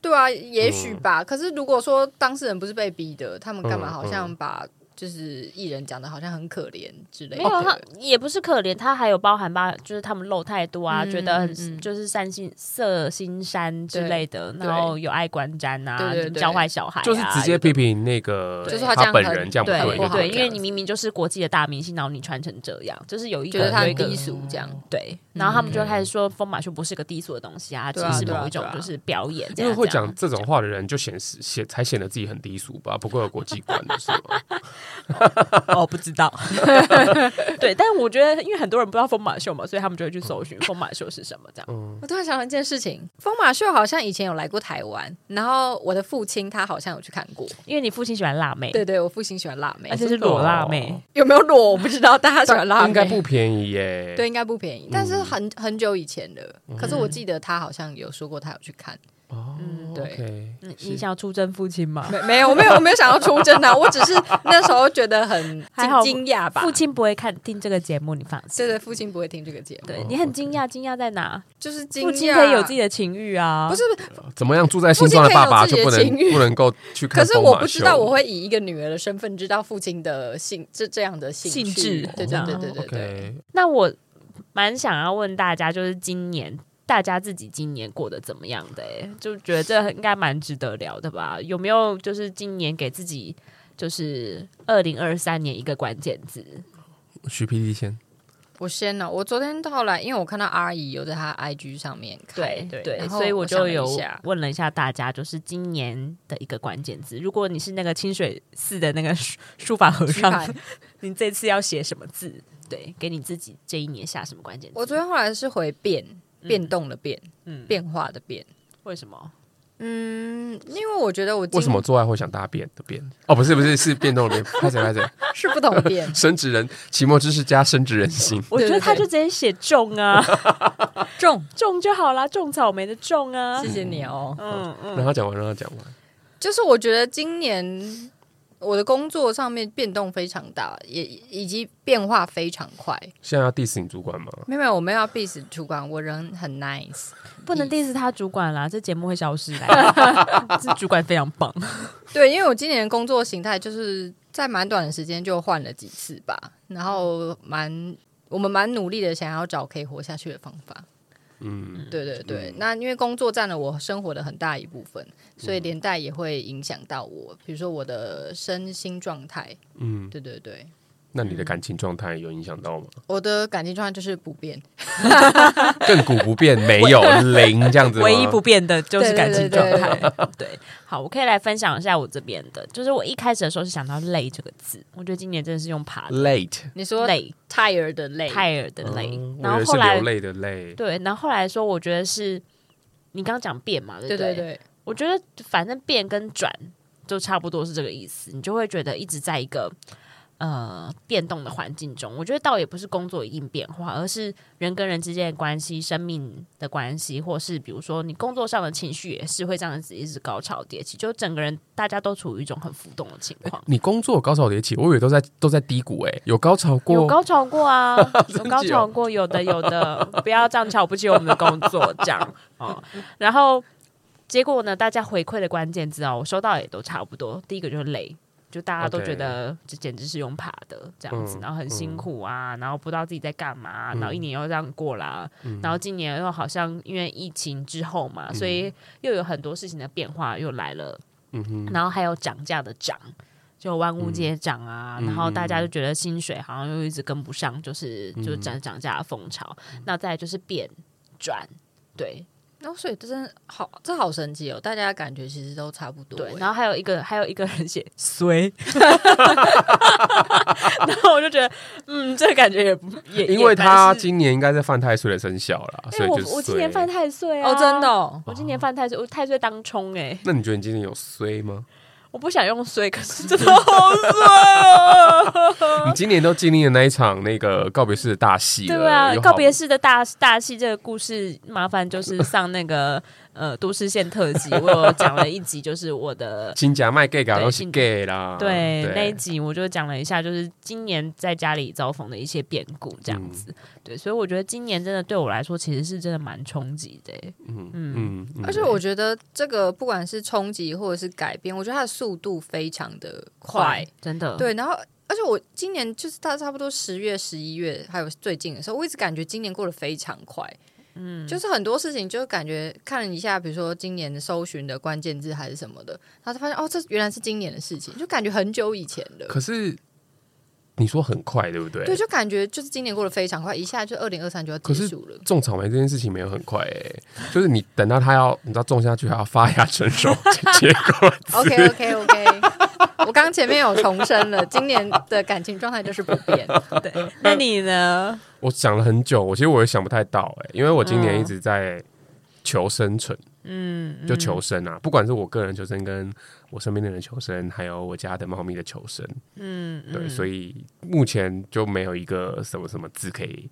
对啊，
嗯
也许吧。可是如果说当事人不是被逼的，他们干
嗯
嘛好像把就是艺人讲的好像很可怜之类
没有啊他
的？
也不是可怜，他还有包含吧，就是他们露太多啊，
嗯
觉得很、
嗯嗯
就是善心色心山之类的，
对
然后有爱观瞻啊，
对对
什么
对
教坏小孩啊、
就是直接批评那个
就是他这
他
样
本
很
人这样不
对
对
对
不好
对，因为
这样
你明明就是国际的大明星，然后你穿成这样，就是有一
觉
个
得他
有一
很
个
低俗这样。
对，然后他们就开始说疯马秀不是个低俗的东西啊，
嗯对啊
只是
对啊
某一种
对啊
就是表演这
因
样，
为会
这样
讲这种话的人，就显示显才显得自己很低俗吧，不够有国际观，不是吗？
哦，不知道。 对，但我觉得，因为很多人不知道疯马秀嘛，所以他们就会去搜
嗯
寻疯马秀是什么这样。
我突然想到一件事情，风马秀好像以前有来过台湾，然后我的父亲他好像有去看过。
因为你父亲喜欢辣妹，
对对，哦我父亲喜欢辣妹
而，且是裸辣妹，
有没有裸我不知道，但他喜欢辣妹，
应该不便宜耶。
对，应该不便宜，但是
嗯
很很久以前了。可是我记得他好像有说过他有去看，
哦，
嗯对
OK
嗯你想要出征父亲吗？
没没有，我没有，我没有想要出征啊，我只是那时候觉得很
还好
惊惊讶吧
父。亲不会看听这个节目，你放心。
对对，父亲不会听这个节目，
对你很惊讶，惊讶在哪？
就是惊
父
讶，
亲可以有自己的情欲啊，
不是，
怎么样？住在新庄的爸爸就不
父亲可以有自己的情
能
欲
不能够去看
可
疯马秀？
是我不知道我会以一个女儿的身份知道父亲的性这这样的兴
兴
趣
致
对对对对对对。
OK，
那我蛮想要问大家，就是今年大家自己今年过得怎么样的、欸？就觉得这应该蛮值得聊的吧？有没有就是今年给自己就是二零二三年一个关键字？
徐 PD 先。
我先哦呢，我昨天到来，因为我看到阿姨有在她 IG 上面开，
对
然后
所以
我
就
想了一
有
下
问了一下大家，就是今年的一个关键字。如果你是那个清水寺的那个书书法和
举牌
尚， 你这次要写什么字？对，给你自己这一年下什么关键字？
我昨天后来是回变，变动的变，
嗯
变化的变。
为什么？
嗯，因为我觉得我今
为什么做爱会想大便的便？哦，不是不是，是变动的 变。拍谁拍谁？？
是不同变
升职人，期末知识加升职人心。
我觉得
对对
他
对
就直接写种啊，
重，
种就好啦，种草莓的种啊
谢。谢你哦。
嗯嗯，
让他讲完，让他讲完。
就是我觉得今年我的工作上面变动非常大，也以及变化非常快。
现在要 diss 你主管吗？
没有，没有，我没有要 diss 主管，我人很 nice。
不能 diss 他主管啦，这节目会消失 的。这主管非常棒，
对，因为我今年的工作形态就是在蛮短的时间就换了几次吧，然后蛮我们蛮努力的想要找可以活下去的方法。
嗯，
对对对，那因为工作占了我生活的很大一部分，所以连带也会影响到我，比如说我的身心状态。
嗯，
对对对，
那你的感情状态有影响到吗？
我的感情状态就是不变，
亘古不变，没 有零这样子吗。
唯一不变的就是感情状态。
态。
对，好，我可以来分享一下我这边的，就是我一开始的时候是想到“累”这个字，我觉得今年真的是用爬的
late，
你说
累
tired 的累，
，tired 的累
嗯，
然
我以
后
为
后
是
来
流泪的泪。
对，然后后来说，我觉得是你刚刚讲变嘛，对不
对对对，
我觉得反正变跟转就差不多是这个意思，你就会觉得一直在一个呃变动的环境中。我觉得倒也不是工作一定变化，而是人跟人之间的关系、生命的关系，或是比如说你工作上的情绪也是会这样子一直高潮迭起，就整个人大家都处于一种很浮动的情况。
你工作有高潮迭起，我以为都在都在低谷哎，有高潮
有
过。
高潮过啊，有高
假
潮过，有的有的，不要这样瞧不起我们的工作，这样哦。然后结果呢，大家回馈的关键字啊、我收到也都差不多。第一个就是累，就大家都
OK
觉得这简直是用爬的这样子，
嗯
然后很辛苦啊，然后不知道自己在干嘛，然后一年又这样过啦，
嗯
然后今年又好像因为疫情之后嘛，所以又有很多事情的变化又来了，
嗯哼，
然后还有涨价的涨，就万物皆涨啊，
嗯
然后大家就觉得薪水好像又一直跟不上，就是
嗯
就是涨涨价的风潮。那再来就是变转，对
然后所以这真的好，这好神奇哦！大家感觉其实都差不多欸。
对，然后还有一个还有一个人写衰，然后我就觉得嗯，这个感觉也不也
因为
也蛮
他
是
今年应该在犯太岁的生肖啦，
哎、
所以就
我我今年
衰
犯太岁啊，
哦，真的、。哦，
我今年犯太岁，我太岁当冲哎、
那你觉得你今年有衰吗？
我不想用衰，可是真的好衰哦。
你今年都经历了那一场那个告别式的大戏了，
对啊，
有好
告别式的大大戏这个故事，麻烦就是上那个呃都市线特辑，我有讲了一集，就是我的。
金甲卖 gay 搞
对
都是
金
gay 啦，
对那一集我就讲了一下，就是今年在家里遭逢的一些变故，这样子。对，所以我觉得今年真的对我来说，其实是真的蛮冲击的欸。
嗯嗯嗯
而且我觉得这个不管是冲击或者是改变，我觉得它的速度非常的快。，
真
嗯
的，
对，然后而且我今年就是它差不多十月、十一月还有最近的时候，我一直感觉今年过得非常快。嗯，就是很多事情，就感觉看了一下，比如说今年的搜寻的关键字还是什么的，然后才发现哦，这原来是今年的事情，就感觉很久以前了。
可是你说很快，对不对？
对，就感觉就是今年过得非常快，一下就二零二三就要
可
结
是
束了。
种草莓这件事情没有很快哎、就是你等 到它要你知道种下去还要发芽成熟，结果
OK OK OK， 我刚前面有重申了，今年的感情状态就是不变。
对，那你呢？
我想了很久，我其实我也想不太到哎、因为我今年一直在求生存，嗯，就求生啊，不管是我个人求生，跟我身边的人求生，还有我家的猫咪的求生，嗯，对，所以目前就没有一个什么什么字可以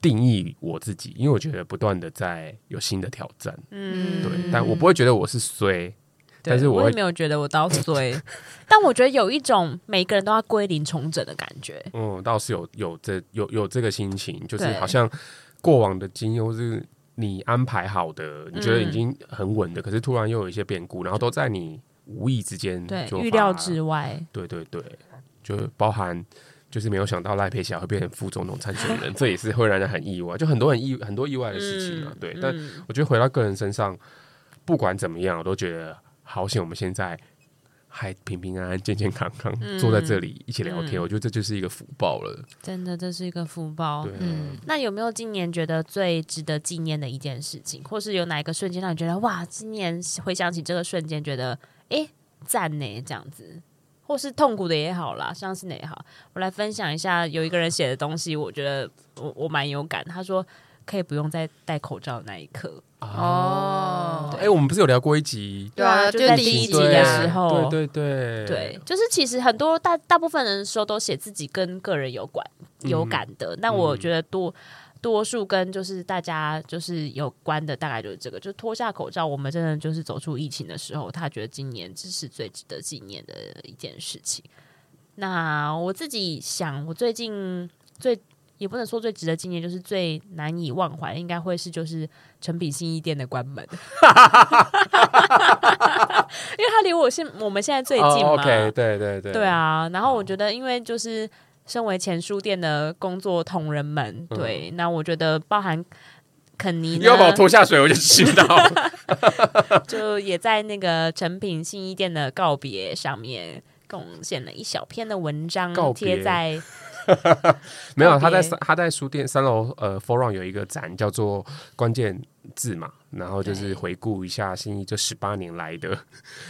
定义我自己，因为我觉得不断的在有新的挑战，
嗯，
对，但我不会觉得我是衰，
对
但是我
我
会
也没有觉得我到 衰，但我觉得有一种每个人都要归零重整的感觉。
嗯，倒是有有这有有这个心情，就是
对
好像过往的经验或是你安排好的，你
嗯
觉得已经很稳的，可是突然又有一些变故，然后都在你无意之间
对，
就
预
发
料之，外，
对对对，就包含。就是没有想到赖佩霞会变成副总统 参选人，这也是会让人很意外，就很多很意很多意外的事情啊。
嗯
对，
嗯
但我觉得回到个人身上，不管怎么样，我都觉得好险，我们现在还平平安安、健健康康、
嗯
坐在这里一起聊天，我觉得这就是一个福报了。
真的这是一个福报
对。啊，
嗯，
那有没有今年觉得最值得纪念的一件事情，或是有哪一个瞬间让你觉得哇，今年回想起这个瞬间，觉得诶赞呢这样子，或是痛苦的也好啦，伤心的也好，我来分享一下有一个人写的东西，我觉得我我蛮有感。他说可以不用再戴口罩的那一刻，
哦
哎、我们不是有聊过一集
对啊
就
就
在
第
第
一
一
集
集的
啊
时候，
对对对
对，就是其实很多大大部分人说都写自己跟个人有关
嗯
有感的，那、我觉得多。多数跟就是大家就是有关的，大概就是这个，就脱下口罩，我们真的就是走出疫情的时候，他觉得今年这是最值得纪念的一件事情。那我自己想，我最近最也不能说最值得纪念，就是最难以忘怀，应该会是就是诚品新一店的关门， 因为它离我现我们现在最近嘛。
哦、，OK，对对嗯对，
对，啊，然后我觉得，因为就是身为前书店的工作同仁们，
嗯
对，那我觉得包含肯尼
你
呢
要把我拖下水，我就知 道。
就也在那个成品信义店的告别上面贡献了一小篇的文章
告，别
贴在
没有，啊
告
他
别
在三他在书店三楼呃 Forum 有一个展叫做关键字嘛，然后就是
对
回顾一下新一这十八年来的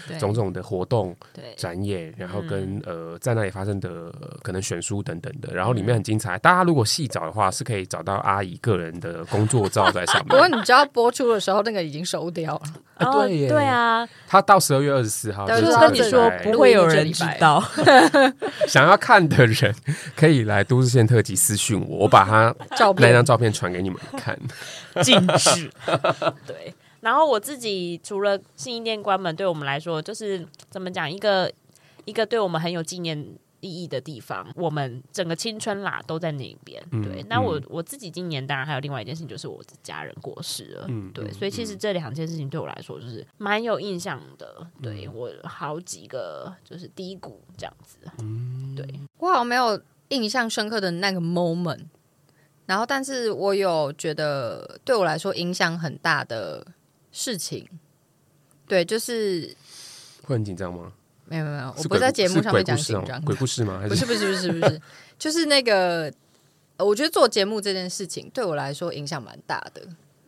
对
种种的活动
对
展演，然后
嗯
跟、呃在那里发生的、呃可能选书等等的，然后里
嗯
面很精彩。大家如果细找的话，是可以找到阿姨个人的工作照在上
不过哦
面。
你知道播出的时候那个已经收掉了，
哎
哦
对耶
对啊，
他到十二月二十四号，
对
就是
是
跟你
这
说
来
不会有人知道，
想要看的人可以来都市线特辑私讯我，我把他
照
那
片
张照片传给你们看。
禁 止。 对，然后我自己除了信义店关门，对我们来说就是怎么讲，一个一个对我们很有纪念意义的地方，我们整个青春啦都在那边。
嗯
对，那我、我自己今年当然还有另外一件事情，就是我的家人过世了。
嗯
对，
嗯
所以其实这两件事情对我来说就是蛮有印象的。
嗯
对我好几个就是低谷这样子。对，
我好像没有印象深刻的那个 moment，然后但是我有觉得对我来说影响很大的事情，对，就是
会很紧张吗？
没有没有没有，我
是
不是在
鬼
节目
是
上
鬼
面
故
讲
事
紧
吗
张，
鬼故事吗？还
不是
是
不是不是不是，就是那个，呃我觉得做节目这件事情对我来说影响蛮大的。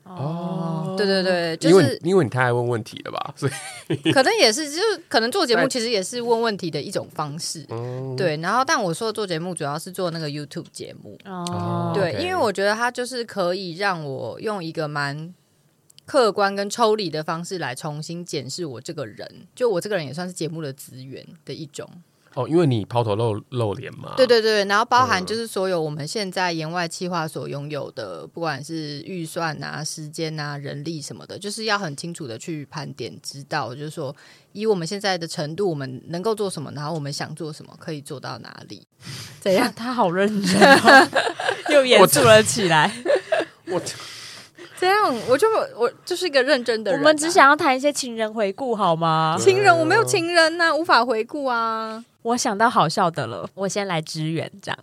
哦？
对对对，
因
就
为
是
你因为你太爱问问题了吧？所以
可能也是，就是可能做节目
对
其实也是问问题的一种方式。
嗯
对，然后但我说的做节目主要是做那个 YouTube 节目，
哦，
对，
OK
因为我觉得它就是可以让我用一个蛮客观跟抽离的方式来重新检视我这个人，就我这个人也算是节目的资源的一种。
哦，因为你抛头露露脸嘛。
啊
对对对，然后包
嗯
含就是所有我们现在言外企划所拥有的，不管是预算啊、时间啊、人力什么的，就是要很清楚的去盘点，知道就是说，以我们现在的程度，我们能够做什么，然后我们想做什么，可以做到哪里，怎样？
他好认真、哦， 又严肃了起来。
我
怎样？我就我就是一个认真的
我
人啊、
们只想要谈一些情人回顾，好吗？
情人，我没有
嗯
情人呐、无法回顾啊。
我想到好笑的了，我先来支援这样。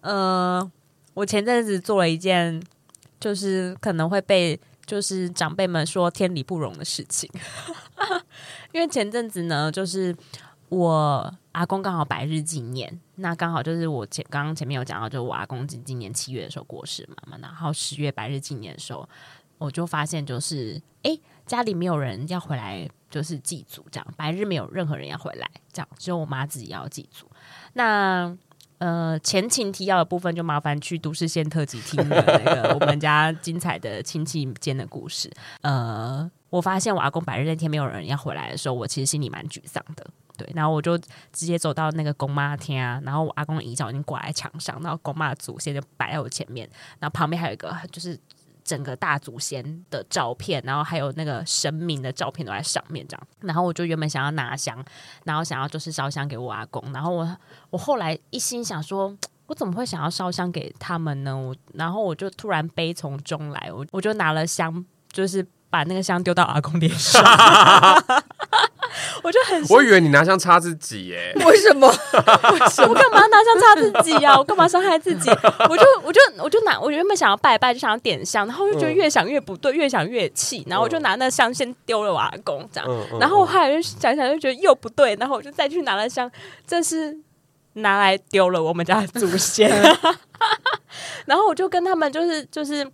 呃，我前阵子做了一件，就是可能会被就是长辈们说天理不容的事情， 因为前阵子呢，就是我阿公刚好百日纪念，那刚好就是我前刚刚前面有讲到，就是我阿公今今年七月的时候过世嘛嘛，然后十月百日纪念的时候。我就发现就是，哎，家里没有人要回来，就是祭祖这样，白日没有任何人要回来，这样只有我妈自己要祭祖。那呃，前情提要的部分就麻烦去都市县特辑听的那个我们家精彩的亲戚间的故事。呃，我发现我阿公百日那天没有人要回来的时候，我其实心里蛮沮丧的。对，然后我就直接走到那个公妈厅啊，然后我阿公的遗照已经挂在墙上，然后公妈的祖先就摆在我前面，然后旁边还有一个就是整个大祖先的照片，然后还有那个神明的照片都在上面这样。然后我就原本想要拿香，然后想要就是烧香给我阿公，然后我我后来一心想说。我怎么会想要烧香给他们呢？我然后我就突然悲从中来，我我就拿了香，就是把那个香丢到阿公脸上，我就很
我以为你拿香插自己 耶、
为什么？
我干嘛拿香插自己呀、我干嘛伤害自己？我就 我就我就拿，我原本想要拜拜，就想要点香，然后就觉得越想越不对，越想越气，然后我就拿那香先丢了我阿公这样，
嗯嗯
然后我后来就想一想就觉得又不对，然后我就再去拿了香，这是拿来丢了我们家的祖 先，然后我就跟他们就是就是。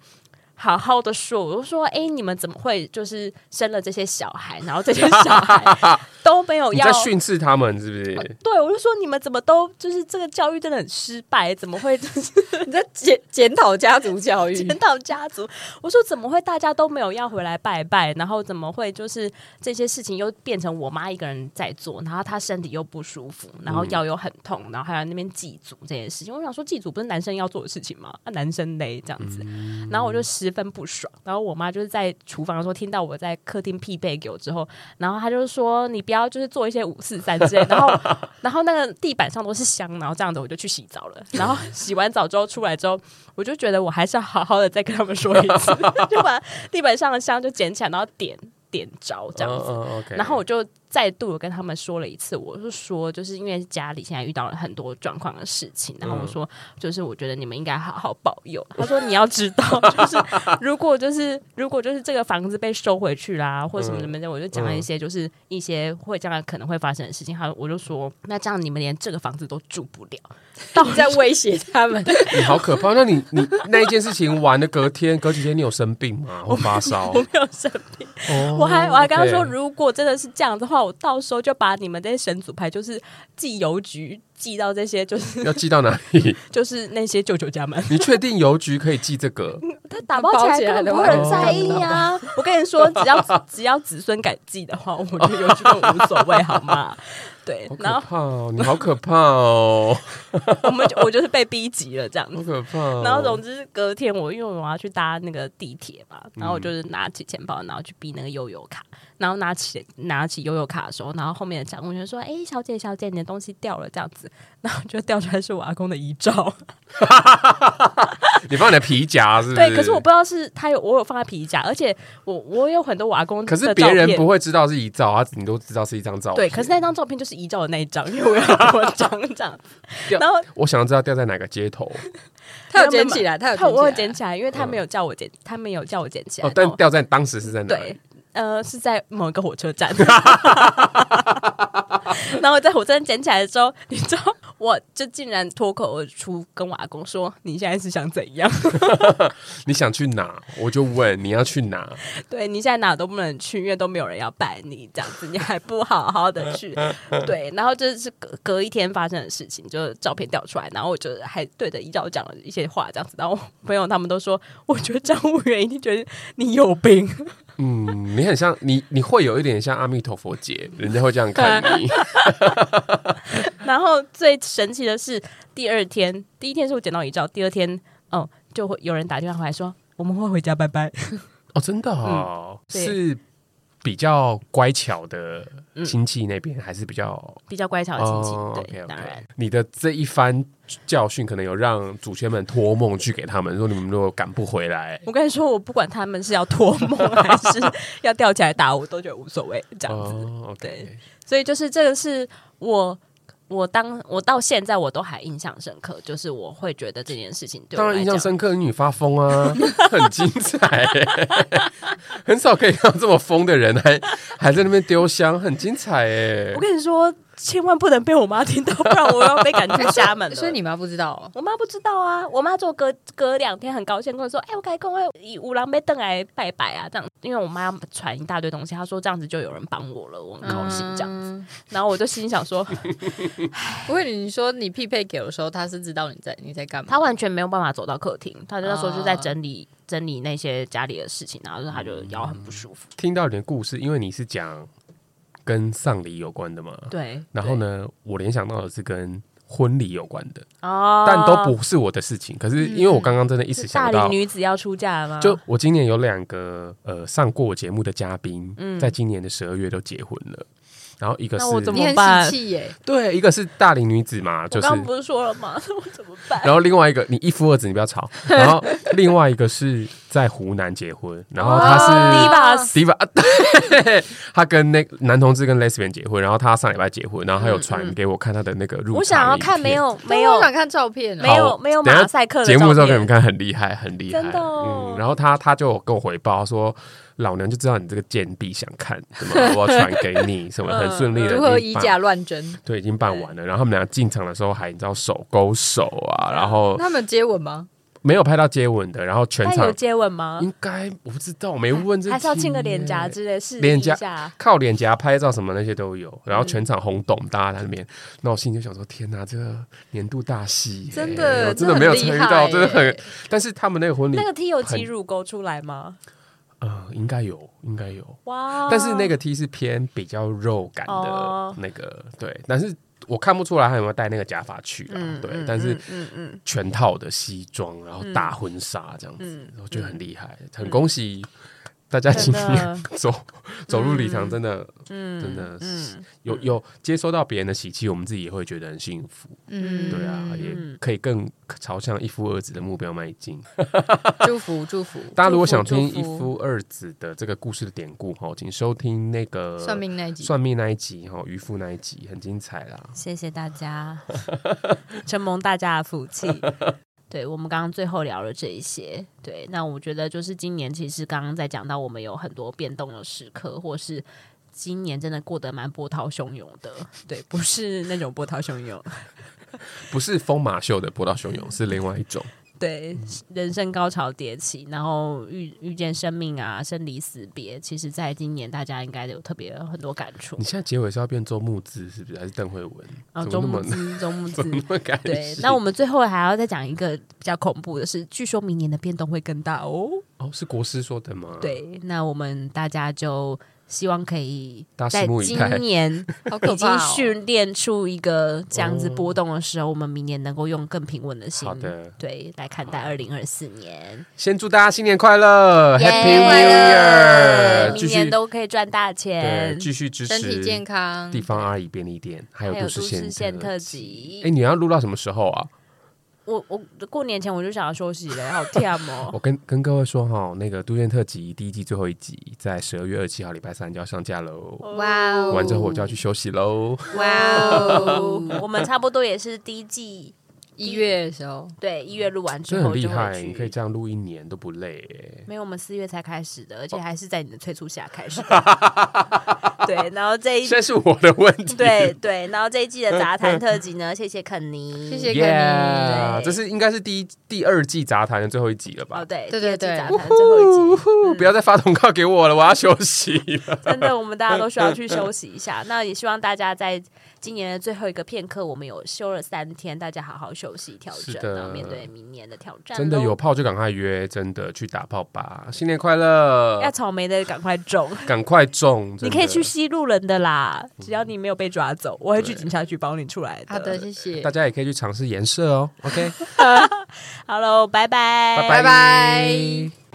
好好的说，我就说，哎、你们怎么会就是生了这些小孩，然后这些小孩都没有
你
哦要哦
在训斥他们是不是？
对，我就说你们怎么都就是这个教育真的很失败，怎么会就是
你在检检讨家族教育？
检讨家族？我说怎么会大家都没有要回来拜拜，然后怎么会就是这些事情又变成我妈一个人在做，然后她身体又不舒服，然后腰又很痛，然后还有那边祭祖这件事情，我想说祭祖不是男生要做的事情吗？那、男生嘞这样子，然后我就十分不爽，然后我妈就是在厨房的时候听到我在客厅屁背给我之后，然后她就说你不要就是做一些五四三之类的，然后然后那个地板上都是香，然后这样子我就去洗澡了。 然后洗完澡之后出来之后，我就觉得我还是要好好的再跟他们说一次， 就把地板上的香就捡起来，然后点点着这样子。
嗯嗯 OK
然后我就再度有跟他们说了一次，我是说，就是因为家里现在遇到了很多状况的事情，然后我说，就是我觉得你们应该好好保佑。 他说你要知道，就是如果就是如果就是这个房子被收回去啦，或什么什么的，我就讲了一些就是一些会将来可能会发生的事情。他我就说，那这样你们连这个房子都住不了，到
你在威胁他们？
你好可怕！那你你那一件事情完的隔天，隔几天你有生病 吗？或发烧？
我没有生病。
哦
我还我还跟他说，
OK
如果真的是这样的话，我到时候就把你们这些神主牌，就是寄邮局寄到这些，就是
要寄到哪 里？
就是那些舅舅家们，
你确定邮局可以寄这个？
他打包起来根本不会有人在意啊！ 我跟你说，只要只要子孙敢寄的话，我觉得邮局都无所 谓，好吗？对
好，可
然后
怕哦！你好可 怕哦！
我们就我就是被逼急了这样
好
子。
可怕、哦！
然后总之隔天我因为我要去搭那个地铁嘛，然后我就是拿起钱包，然后去逼那个悠游卡，然后拿起拿起悠游卡的时候，然后后面的站务员说：“哎、小姐小姐，你的东西掉了。”这样子，然后就掉出来是我阿公的遗照。
你放你的皮夹是不是？
对，可是我不知道是他有我有放在皮夹，而且我我有很多我阿公的
可
照
是
片，
别人不会知道是遗照啊，你都知道是一张照
对，
片。
可是那张照片就是遗照的那一张，因为我有很多张这样。
掉
然后
我想要知道掉在哪个街头
他有捡起来，他有
他我有
捡
捡
起
起来，因为他没有叫我捡，他没有叫我捡起来。
哦，但
然后
掉在当时是在哪里
对？，呃，是在某一个火车站。 然后我在火车站捡起来的时候，你知道，我就竟然脱口而出跟我阿公说：“你现在是想怎样？
你想去哪？我就问你要去哪？
对你现在哪都不能去，因为都没有人要拜你，这样子你还不好好的 去。对，然后这是隔隔一天发生的事情，就是照片掉出来，然后我就还对着遗照讲了一些话，这样子。然后我朋友他们都说，我觉得站务员一定觉得你有病。
嗯，你很像你，你会有一点像阿弥陀佛节，人家会这样看你。
然后最神奇的是，第二天，第一天是我捡到遗照，第二天，哦，就会有人打电话回来说我们会回家，拜拜。
哦，真的哦，
对
是比较乖巧的亲戚那边，还是比较
比较乖巧的亲戚，
哦
对
OK，OK
当然。
你的这一番教训，可能有让祖先们托梦去给他们，说你们如果赶不回来，
我跟你说，我不管他们是要托梦还是 要吊起来打我，都觉得无所谓这样子。
哦，OK，
对所以就是这个是我。我当我到现在我都还印象深刻，就是我会觉得这件事情对我
当然
来
印象
讲
深刻，因为你发 疯啊，很精彩、很少可以看到这么疯的人还还在那边丢香，很精彩哎、
我跟你说，千万不能被我妈听到，不然我要被赶出家门了。
所以你妈不知道、哦，
我妈不知道啊，我妈就隔隔两天很高兴跟我说：“哎、我改工会以五郎被邓来拜拜啊。”这样，因为我妈传一大堆东西，她说这样子就有人帮我了，我很高兴这样。
嗯。
然后我就心想说，
不会，你说你匹配给我的时候，他是知道你在你在干嘛？
她完全没有办法走到客厅，她就那时候就在
哦
整理、整理那些家里的事情，然后她
嗯
就腰很不舒服。
听到你的故事，因为你是讲跟丧礼有关的嘛，
对，
然后呢，我联想到的是跟婚礼有关的，
对？哦，嗯
但都不是我的事情。可是因为我刚刚真的一时
是大
想
龄
到，
女子要出嫁了吗？
就我今年有两个呃上过我节目的嘉宾，在今年的十二月都结婚了。然后一个
嗯那我
是
怎么
你很
办
喜气耶，
对，一个是大龄女子嘛，就
我
是
刚刚不是说了吗？ 我怎么办？
然后另外一个，你一夫二子，你不要吵。然后另外一个是在湖南结婚，然后
第一把
他是迪吧，啊 对，他跟那男同志跟 lesbian 结婚，然后他上礼拜结婚，然后他有传给我看他的那个入
嗯我想要
场
看
影
没
片
有
对
没有
我想看照片、
没
啊。
有
好
没有
等一下
马赛克的
节目的时候给
照
你们
片
看，很厉害，很厉害，
真的哦
嗯，然后他他就跟我回报说，老娘就知道你这个贱婢想看，什么我要传给你，什么很顺利的，
嗯
如何
已经
以
办
假乱真？
对，已经办完了。然后他们俩进场的时候还你知道手勾手啊，然后
他们接吻吗？
没有拍到接吻的，然后全
但有
场
接吻吗？
应该我不知道，我没问这
还是要亲个
题
脸颊
耶
之类试
脸
一
颊
下。
靠脸颊拍照什么那些都有，然后全场轰动，大家在那边，那我心里就想说：天哪，这个年度大戏耶，
真的，
我真的没有
这很
参与
厉害
到，
耶
真的很。但是他们那个婚礼
那，个 T 有
很
挤乳沟出来吗？
呃，应该有，应该有，
哇！
但是那个 T 是偏比较肉感的
哦
那个，对，但是我看不出来他有没有戴那个假发去啦，对，但是
嗯嗯，
全套的西装，然后大婚纱这样子，
嗯
我觉得很厉害，很恭喜大家今年走走入礼
嗯
堂，真的，真的是有有接收到别人的喜气，我们自己也会觉得很幸福，
嗯，
对啊，也可以更朝向一夫二子的目标迈进。
祝福祝福。
大家如果想听
祝
一
福
夫二子的这个故事的典故哈，请收听那个
算命那一集，
算命那一集哈，渔夫那一集很精彩啦。
谢谢大家， 承蒙大家的福 气。对，我们刚刚最后聊了这一些。对，那我觉得就是今年，其实刚刚在讲到我们有很多变动的时刻，或是今年真的过得蛮波涛汹涌的。对，不是那种波涛汹涌，
不是风马秀的波涛汹涌，是另外一种。
对，人生高潮迭起，然后遇遇见生命啊，生离死别，其实在今年大家应该有特别很多感触
你。现在结尾是要变周牧之是不是？还是邓慧 文？
然后
怎
周
么
牧
那么
之，周 牧之
怎，么那么感
对。
性
那我们最后还要再讲一个比较恐怖的是，据说明年的变动会更大哦。
哦，是国师说的吗？，
对，那我们大家就希望可以
大家
在
拭目以
今
待
年
好可
已
怕
经
哦！
训练出一个这样子
哦
波动的时候，我们明年能够用更平稳的心
好，的，
对，来看待二零二四年。
先祝大家新年快乐
耶
，Happy New
快乐
Year！
明
继
年
续
都可以赚大
对，
钱。
继续支
身体健
持
康
地，方阿姨便利店，还有
还有
都
都
市
市线
线
特
特。
辑，
哎，你要录到什么时候啊？
我我过年前我就想要休息了，好跳
我
哦。
跟跟各位说哈，那个《都县特辑》第一季最后一集在十二月二十七号礼拜三就要上架喽。
哇哦
完之后我就要去休息喽。
哇哦！
我们差不多也是第一季，
一月的时候，
对一月录完之
真的
后
很厉
就会
害，
去。
你可以这样录一年都不累耶。
没有，我们四月才开始的，而且还是在你的催促下 开始的。对，然后这一
现在是我的问题。
对对，然后这一季的杂谈特辑呢，谢谢肯尼，
谢谢肯尼。
耶，
对
这是应该是第一第二季杂谈的最后一集了吧
哦，？对
对
第二季
对对
杂谈最后一集，
呼不要再发通告给我了，我要休息了。
真的，我们大家都需要去休息一下。那也希望大家在今年的最后一个片刻，我们有休了三天，大家好好休息调
是
整，
的
然后面对明年的挑战。哦
真的有。炮就赶快约，真的去打炮吧！新年快乐
要，草莓的赶快种，
赶快中！
你
真的
可以去，吸路人的啦，只要你没有被抓走，我会去
对
警察局帮你出来的。
好的，谢谢
大，家也可以去尝试颜色哦。OK，
哎好喽，拜拜，
拜
拜拜。